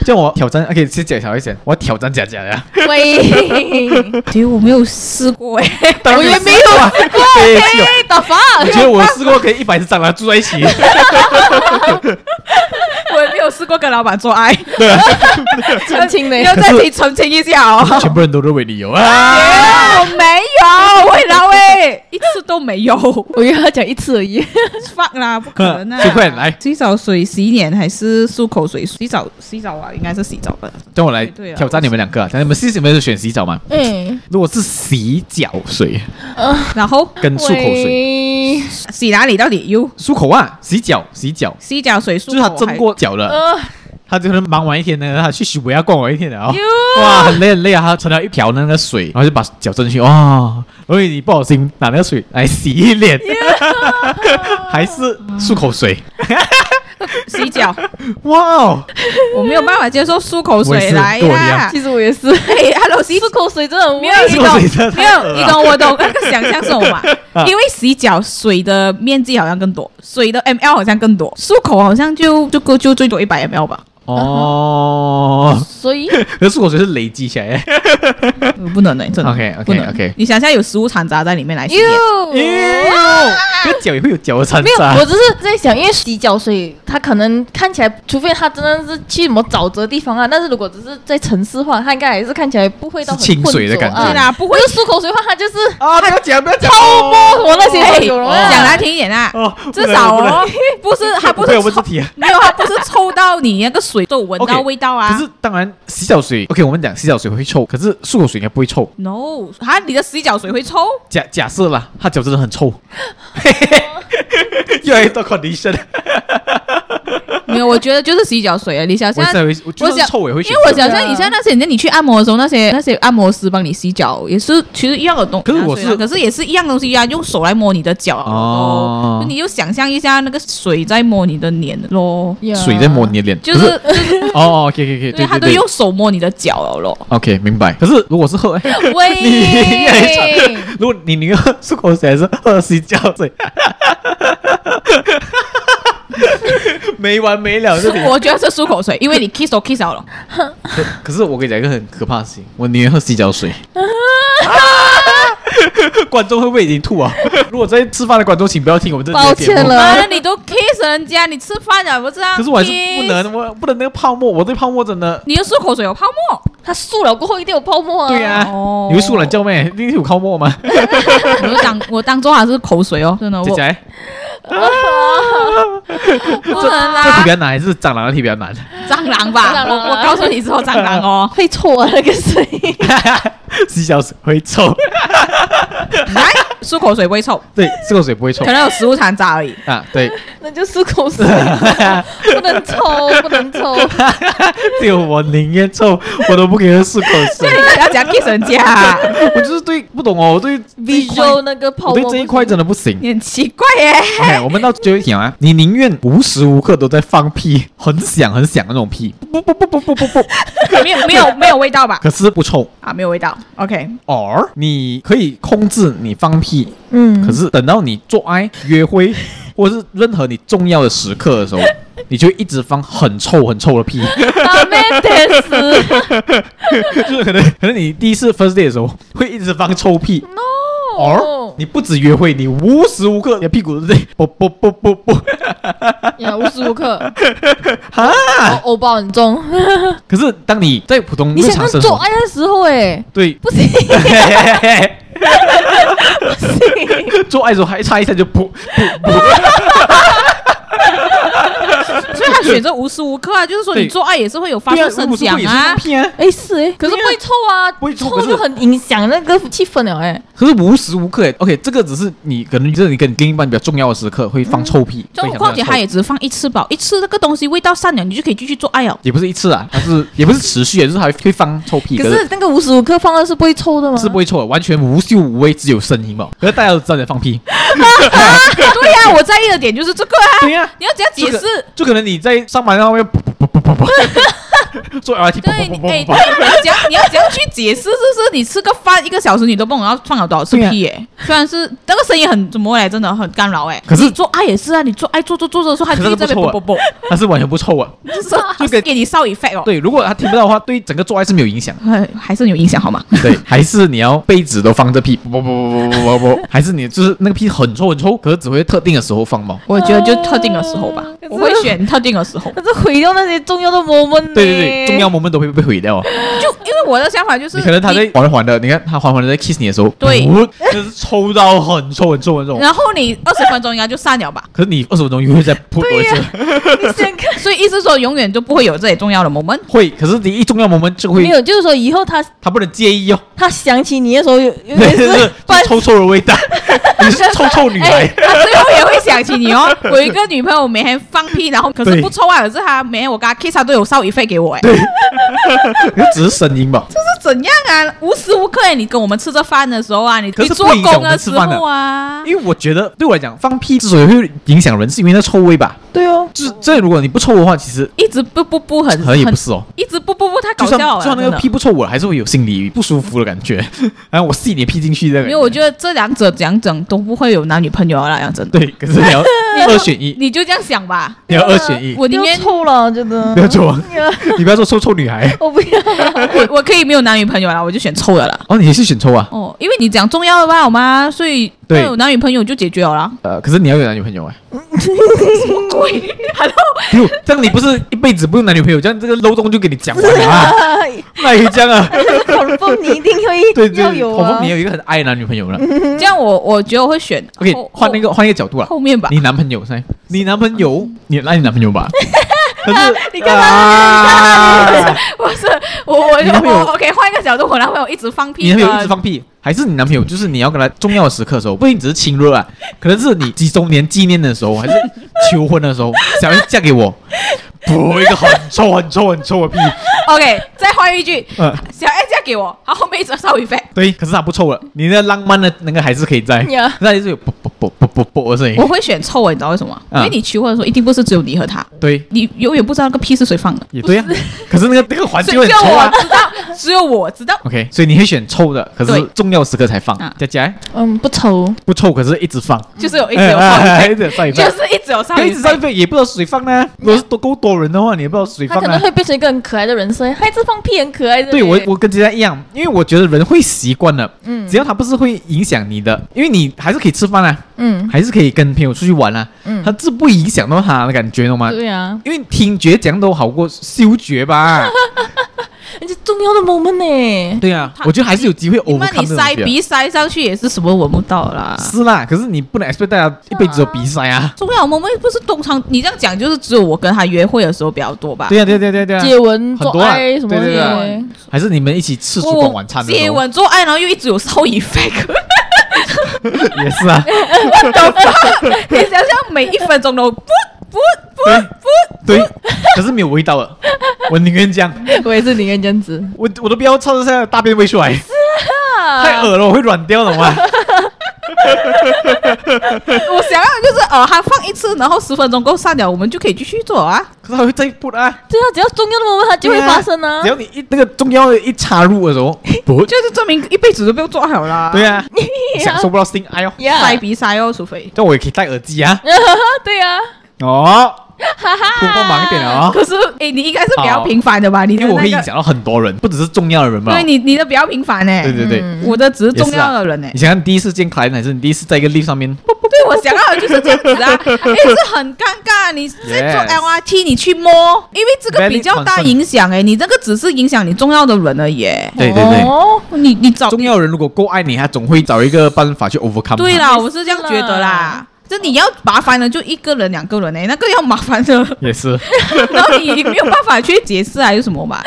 叫
啊
我挑战，OK，先讲小 S，先我要挑战假假呀。
喂，
[laughs]
对，我没有试过哎，
我 [laughs]
也没
有啊，对不起哦
嘿，打发，
我觉得我试过跟一百只蟑螂住在一
[laughs]
起，
我也没有试过跟老板做爱，
对啊，
轻轻的
要再提澄清一下 [laughs] 哦。
全部人都认为你有啊。
我没有，喂老喂，一次都没有
我以为他讲一次而已。
[laughs] ，fuck 啦，不可
[laughs]
能啊！
最快来
洗澡水洗脸还是漱口水？洗澡洗澡啊，应该是洗澡吧。
叫我来
对啊
挑战你们两个啊，你们是你们是选洗澡吗？
嗯，
如果是洗脚水
啊然后
跟漱口水，
水。
洗哪里到底有
漱口啊，洗脚洗脚，
洗脚水漱
就是他
口
蒸
还
过脚了，
呃，
他就是忙完一天呢，他去洗不要逛完一天了哦
哟，
哇，很累很累啊，他盛了一瓢那个水，然后就把脚蒸进去，哇，所以你不小心拿那个水来洗脸， [laughs] 还是漱口水，
洗脚，
哇哦，
我没有办法接受漱口
我也
水
是
来
跟我一
啦
样。
其实我也是，
哎，hello，洗
漱口水真的很味
没有你
哦漱口水真
懂，
的
没
太恶啊
有
了啊
你懂我懂那个想象是什么嘛？因为洗脚水的面积好像更多，水的 ml 好像更多，漱口好像就就够就最多一百
[laughs]
ml 吧，
哦，
所以
可是漱口水是累积起来的
我不能的，真的
，OK
不
OK
能
OK，
你想象有食物残渣在里面来洗脸，
哟，这脚也会有脚的残
没有，
渣
我，只是在想，因为洗脚水它可能看起来，除非它真的是去什么沼泽地方啊，但是如果只是在城市化，它应该还是看起来不会到很
是清水的
浑浊
感觉
啊
对啦，不会
会漱口水的话，它就是
啊，不要讲不要讲，
泡沫什么那些
哎
都有了
哦
啊。
讲来听一点啊，
哦，不
至
能
少
不能
哦，不
[laughs]
是它不
会有
是
问
臭，
题啊。
[laughs] 没有它不是臭到你那个水都闻到
OK，
味道啊
可。是当然，洗脚水 OK，我们讲洗脚水会臭，可是漱口水应该不会臭。
No，啊，你的洗脚水会
[laughs]
臭？
假假设啦，
[laughs]
他脚真的很臭，越来越多 condition。
没有，我觉得就是洗脚水啊，李小
我
夏。
在会，我就
我
算
想
臭我也会
因
选
为我
择
想象你像那些，你去按摩的时候，那些那些按摩师帮你洗脚，也是其实一样的东西啊。
可是我是
虽然可是也是一样东西啊，用手来摸你的脚
哦
咯就你就想象一下那个水在摸你的脸咯，
水在抹你的脸，
就
可
是
哦，OK OK OK，
对
对
他
对
都
对
用手摸你的脚了
[laughs]
咯。
，OK 明白。可是如果是喝， [laughs]
喂，
如果你那个漱口水还是喝洗脚水， [laughs] 没完没了这里。
我觉得是漱口水，因为你 kiss 都 kiss 了咯。
可 [laughs] 可是我跟你讲一个很可怕的事情，我宁愿喝洗脚水。 [laughs] 啊观众会不会已经吐啊？ [laughs] 如果在吃饭的观众，请不要听我们这
抱
期的节
歉
目
了
妈的，你都 kiss 人家，你吃饭了不是啊？
可是我还是
kiss
不。能，我不能那个泡沫，我对泡沫真的。
你的漱口水有泡
[laughs]
沫，
它塑了过后一定有泡沫啊。
对呀、
哦
你会漱懒觉咩？你有泡沫吗？
[laughs]
我就当我当做它是口水哦，真的
姐
我
姐，
不能
啊
这题
啦
比，较难，还是蟑螂的题比较难？ [laughs]
蟑螂
蟑
吧，
螂，
我我告诉你之后蟑螂哦
会错啊那个水，
洗脚水会臭，
来漱口水不会臭，
对，漱口水不会臭
可能有食物残渣而已。 [laughs]
啊，对，
那就漱口
[laughs]
水，不能抽，不能抽。
只有我宁愿臭，我都不给人漱口水。
[laughs]
不要讲 kiss 人家啊，
我就是对不懂哦，我对
visual 那个
我
泡沫
对
不
这
行，
一块真的不行。
你很奇怪耶。
[laughs] OK，我们到最后一题啊，你宁愿无时无刻都在放屁， [laughs] 很响很响的那种屁，不不不不不不不，
没有没有没有味道吧？
[laughs] 可是不臭。
啊，没有味道。OK，
or 你可以控制你放屁，
嗯
可是等到你做爱、约会， [laughs] 或是任何你重要的时刻 [laughs] 的时候，你就一直放很臭很臭的屁， [laughs]
啊，没得死
就是可能可能你第一次 first day 的时候会一直放臭屁。or
，no。
你不止约会，你无时无刻你的屁股都在啵啵啵啵啵。
呀，无时无刻，我欧包很重。
可是当你在普通
你
日
想
常
看
生
做
活，
爱的时候，哎，
对，
不 [laughs] 行，
[laughs] 做爱的时候还差一下就噗噗噗，
所以他选择无时无刻啊，就是说你
对
做爱也是会有发
对
出
啊，
声
无时无
响
刻也是
啊
放。屁啊。
哎是哎，可是不会臭啊，
不会臭可是
臭就很影响那个气氛了哎。
可是无时无刻哎，OK，这个只是你可能就是你跟你另一半比较重要的时刻会放臭屁，
就
非常
况且
非常
他
臭
也只放一次吧，一次那个东西味道散了，你就可以继续做爱哦。
也不是一次啊，它是 [laughs] 也不是持续，就是还会放臭屁，
可
可
是那个无时无刻放的是不会臭的吗？
是不会臭的，完全无嗅无味，只有声音嘛。可是大家都知道你在放屁，
对呀、我在意的点就是这个啊。
对呀，
你要怎样解
就可
释？
就可能你在上班上面噗噗噗噗噗噗，做 LRT 噗
对，
噗
你
噗
哎，
噗
对，
噗，
你要讲，你要怎样去解释？就是你吃个饭一个小时，你都不懂要放了多少次屁耶、虽然是那个声音很怎么嘞，真的很干扰哎、
可是
你做爱也是啊，你做爱做做做做的时候，他
可
就是是在那边
不错
啵啵啵，
它是完全不臭啊。 [laughs]
就是就给给你 sound effect 哦。
对，如果他听不到的话，对整个做爱是没有影响。
哎，还是有影响好吗？
[laughs] 对，还是你要被子都放着屁，不不不不不不 [laughs] 不，还是你就是那个屁很臭很臭，可是只会特定的时候放嘛。
我觉得就特定的时候吧
啊，
我会选特定的
[laughs]
时候。
可是毁掉那些重要的 moment 呢
对对对，重要 moment 都会被毁 [laughs] 掉。
就因为我的想法就是，
你可能他在缓缓的，你看他缓缓的在 kiss 你的时候，
对
噗，就是抽到很臭很臭很臭
你，然后你二十分钟应该就散了吧。
可是你二十分钟又会再噗多一次，
[laughs] 你先看。
[laughs]
所以意思说，永远就不会有这些重要的 moment。
会，可是你一重要 moment 就会
没，有，就是说以后他
他不能介意哦，
他想起你的时候，有 [laughs]
[laughs]
有
对，
点
就是是
不然
[laughs] 臭臭的味道，你是臭臭女
哎，
孩，
他最后也会想起你哦。我有一个女朋友每天放屁，然后可是
对
不臭啊，可是她每天我跟她 kiss，她都有烧一费给我哎，
可是只是声音吧。
这怎样啊？无时无刻哎，你跟我们吃着饭的时候啊，你
可
你
是
做
不影响
工
我们
时
吃饭的
候啊，
因为我觉得对我来讲，放屁之所以会影响人，是因为那臭味吧。
对哦，
就是这，如果你不臭的话，其实
一直不不不很
可能也
很
不是哦。
一直不不不太
就
搞
算
笑
就
啊，
算那
真
个
的
屁不臭，我还是会有心里不舒服的感
[laughs]
觉。然后我吸一点屁进去，这个
因为我觉得这两者讲整都不会有男女朋友啊，讲真的，
对，可是
[laughs]
你要二选一，
你就这样想吧。
你要二选一，
我宁愿
不要臭了，真的
不要做啊，
呀
你不要说臭臭女孩。
[laughs] 我不 [laughs] 要。
我我可以没有男女朋友啦，我就选臭的啦。
哦，你是选臭啊？
哦，因为你讲重要的吧，好吗？所以
对
要有男女朋友就解决了啦。
呃，可是你要有男女朋友哎。
鬼，Hello，
哟，这样你不是一辈子不用男女朋友，这样这个漏洞就给你讲完了
[laughs]
啊。那也这样啊？
恐怖你一定会
对对，
要
对
有
我
啊
们你。有一个很爱的男女朋友了。
[laughs] 这样我我觉得我会选
OK，
后
换那个换一个角度
后
了。
后面吧。 [laughs]
你男朋友噻？你男朋友，你爱你男朋友吧？可是
你干嘛
啊
我是我我
你男朋
我
友
OK，换一个角度，我男朋友一直放屁，呃
你男朋友一直放屁，还是你男朋友就是你要跟他重要的时刻的时候，不一定只是亲热啊，可能是你几周年纪念的时候，还是求婚的时候，小燕嫁给我，补一个很臭、很臭、很臭的屁。
OK，再换一句，
嗯，
小 A 嫁给我，然后后面一直稍微 fat，
对，可是它不臭了，你那浪漫的那个还是可以在，
Yeah
那也是有啵啵啵啵啵啵的声音
我。会选臭的，你知道为什么吗？因
啊
为你求婚的时候一定不是只有你和他，
对，
你永远不知道那个屁是谁放的，
也对呀、可是那个那个环
只
境
有
会很臭
我
啊。[laughs]
知道，只有我知道。
OK，所以你会选臭的，可是
对
重要时刻才放
啊。
佳佳
嗯，不臭，
不臭，可是一直放，
就是有一直有放，
哎一直上一
就
份，
是一直有上
可
瘾
一直上一份也不知道谁放呢。如果是多够多人的话，你也不知道谁
他
放
可能
呢。
会变成一个很可爱的人设，孩子放屁很可爱的。
对我，我跟佳佳一样，因为我觉得人会习惯的，
嗯
只要他不是会影响你的，因为你还是可以吃饭啊，
嗯
还是可以跟朋友出去玩啊，
嗯
他，这不影响到他的感觉，懂吗？
对啊呀，
因为听觉讲都好过嗅觉
[laughs]
吧？
而且重要的 moment 呢，
对啊
他，
我觉得还是有机会
你妈
overcome
你
这种
塞
东西的啊
鼻塞上去也是什么闻不到啦。
是啦，可是你不能 expect 大家一辈子都鼻塞啊。
重要，我们不是通常你这样讲，就是只有我跟他约会的时候比较多吧？
对呀、对啊呀对呀对呀对呀、
接吻、
很
啊做
多啊
爱什么
对对
的
对，还是你们一起吃烛光晚餐的
接
时候，
吻做爱，然后又一直有烧以 fake，
[laughs] 也是啊，
你想想每一分钟都不不
对对，可是没有味道了，我宁愿这样，
我也是宁愿这样子。
我我都不要操一下大便喂出来，太恶了，我会软掉的嘛。 [laughs]
不，我想要就是呃，他放一次，然后十分钟够散了，我们就可以继续做啊。
可是还会再不啊，
对啊，只要重要的 moment 它就会
对啊
发生啊
只。要你一那个中药一插入的时候，不就
就是证明一辈子都不用做好啦。
对啊，享受不到性爱哦。
呀 [laughs]
塞鼻塞哦，除非。
但我也可以戴耳机啊，
对呀，
哦，突破忙一点了啊、哦。
[laughs] 可是，哎，你应该是比较
好
频繁的吧？你的
因为我会影
那个，
响到很多人，不只是重要的人嘛。
对你你的比较频繁哎。
对对啊对
嗯
我的只是重要的人哎、
你想想，你第一次见 client 还是你第一次在一个 lift 上面？
对，我想要的就是这样子
[laughs]
啊，哎、这很尴尬。啊你在做
Yes
LRT，你去摸，因为这个
Valid
比较大
concern
影响哎、你这个只是影响你重要的人而已、哎
对对对
哦
你你找
重要人如果够爱你，他总会找一个办法去 overcome 它。
对啦，
也是
我是这样
啦
觉得啦。就你要麻烦的就一个人、两个人哎、那个要麻烦的， [laughs]
也是
然后你没有办法去解释还是什么嘛，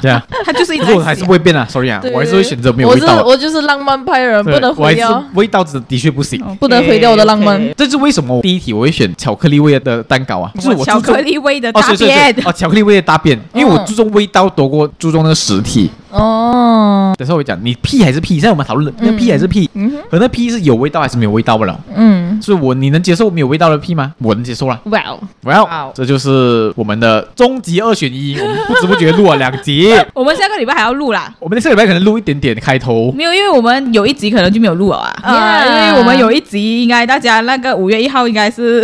这样。
他就是一
可 [laughs]
直
是
在
我还是
想
不会变啊，sorry 啊
对，
我还是会选择没有
我
味
是
道的。啊
我就是浪漫派人，
对
不能
我还
毁
是
哦
掉。
味道的的确不行。
OK，
不能毁掉我的浪漫
OK
这是为什么第一题我会选巧克力味的蛋糕啊？就是我
巧
注重
克力味的
哦，
大
是是
便嗯
是，哦，巧克力味的大便，因为我注重味道多过注重那个实体。
어,
嗯
哦，
等一下我讲，你屁还是屁，现在我们讨论的那
嗯
屁还是屁，
嗯哼
可那屁是有味道还是没有味道不了？
嗯，
所以我你能接受没有味道的屁吗？我能接受啦。
哇哦，
我要
哇哦
这就是我们的终极二选一。我们不知不觉录了两集，
我们下个礼拜还要录啦。
我们下礼拜可能录一点点开头。
没有，因为我们有一集可能就没有录了啊
Yeah
因为我们有一集应该大家那个五月一号应该是，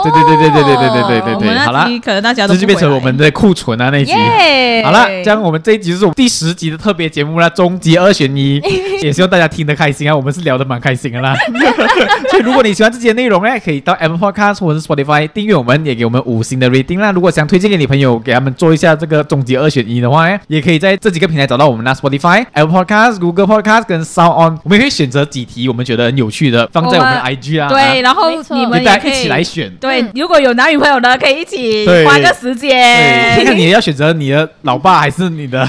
哦，对对对对对对对对对
我
对
们
对，好
那
啦
集，可能大家
这
都不
就变成
回
我
来
们的库存啊那
예.
一集。
耶！
好了，
哎
这样我们这一集就是我们第十集的特别节目啦，终极二选
[laughs]
一，也希望大家听得开心啊，我们是聊得蛮开心的啦。 [laughs] 所以如果你喜欢这集的内容呢，可以到 Apple Podcast 或者是 Spotify 订阅我们，也给我们五星的 rating 啦。如果想推荐给你朋友，给他们做一下这个终极二选一的话呢，也可以在这几个平台找到我们啦，Spotify、Apple Podcast、Google Podcast 跟 Sound On，我们也可以选择几题我们觉得很有趣的，放在我们的
我们
IG 啊，
对，然后
没错
你
啊，
们
给大
也
家
可
一起
以
来选。
对
嗯，
如果有男女朋友的，可以一起
对
花个时
对，
间，
看你要选择你的老爸还是你的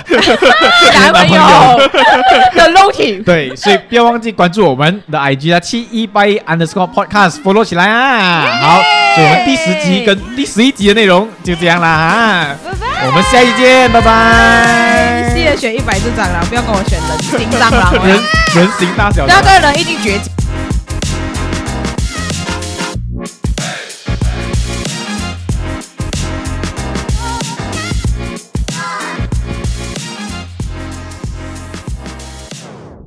男朋
男
友 [laughs] 的肉 [laughs] 体。
对，所以不要忘记关注我们的 IG 啊，七一八一 underscore podcast follow 起来啊！好，所以我们第十集跟第十一集的内容就这样啦啊，我们下一集见，拜拜。 [laughs]
记得选一百只蟑螂，不要跟我选人形蟑螂哦，
人人形大小的
那个人已经绝迹。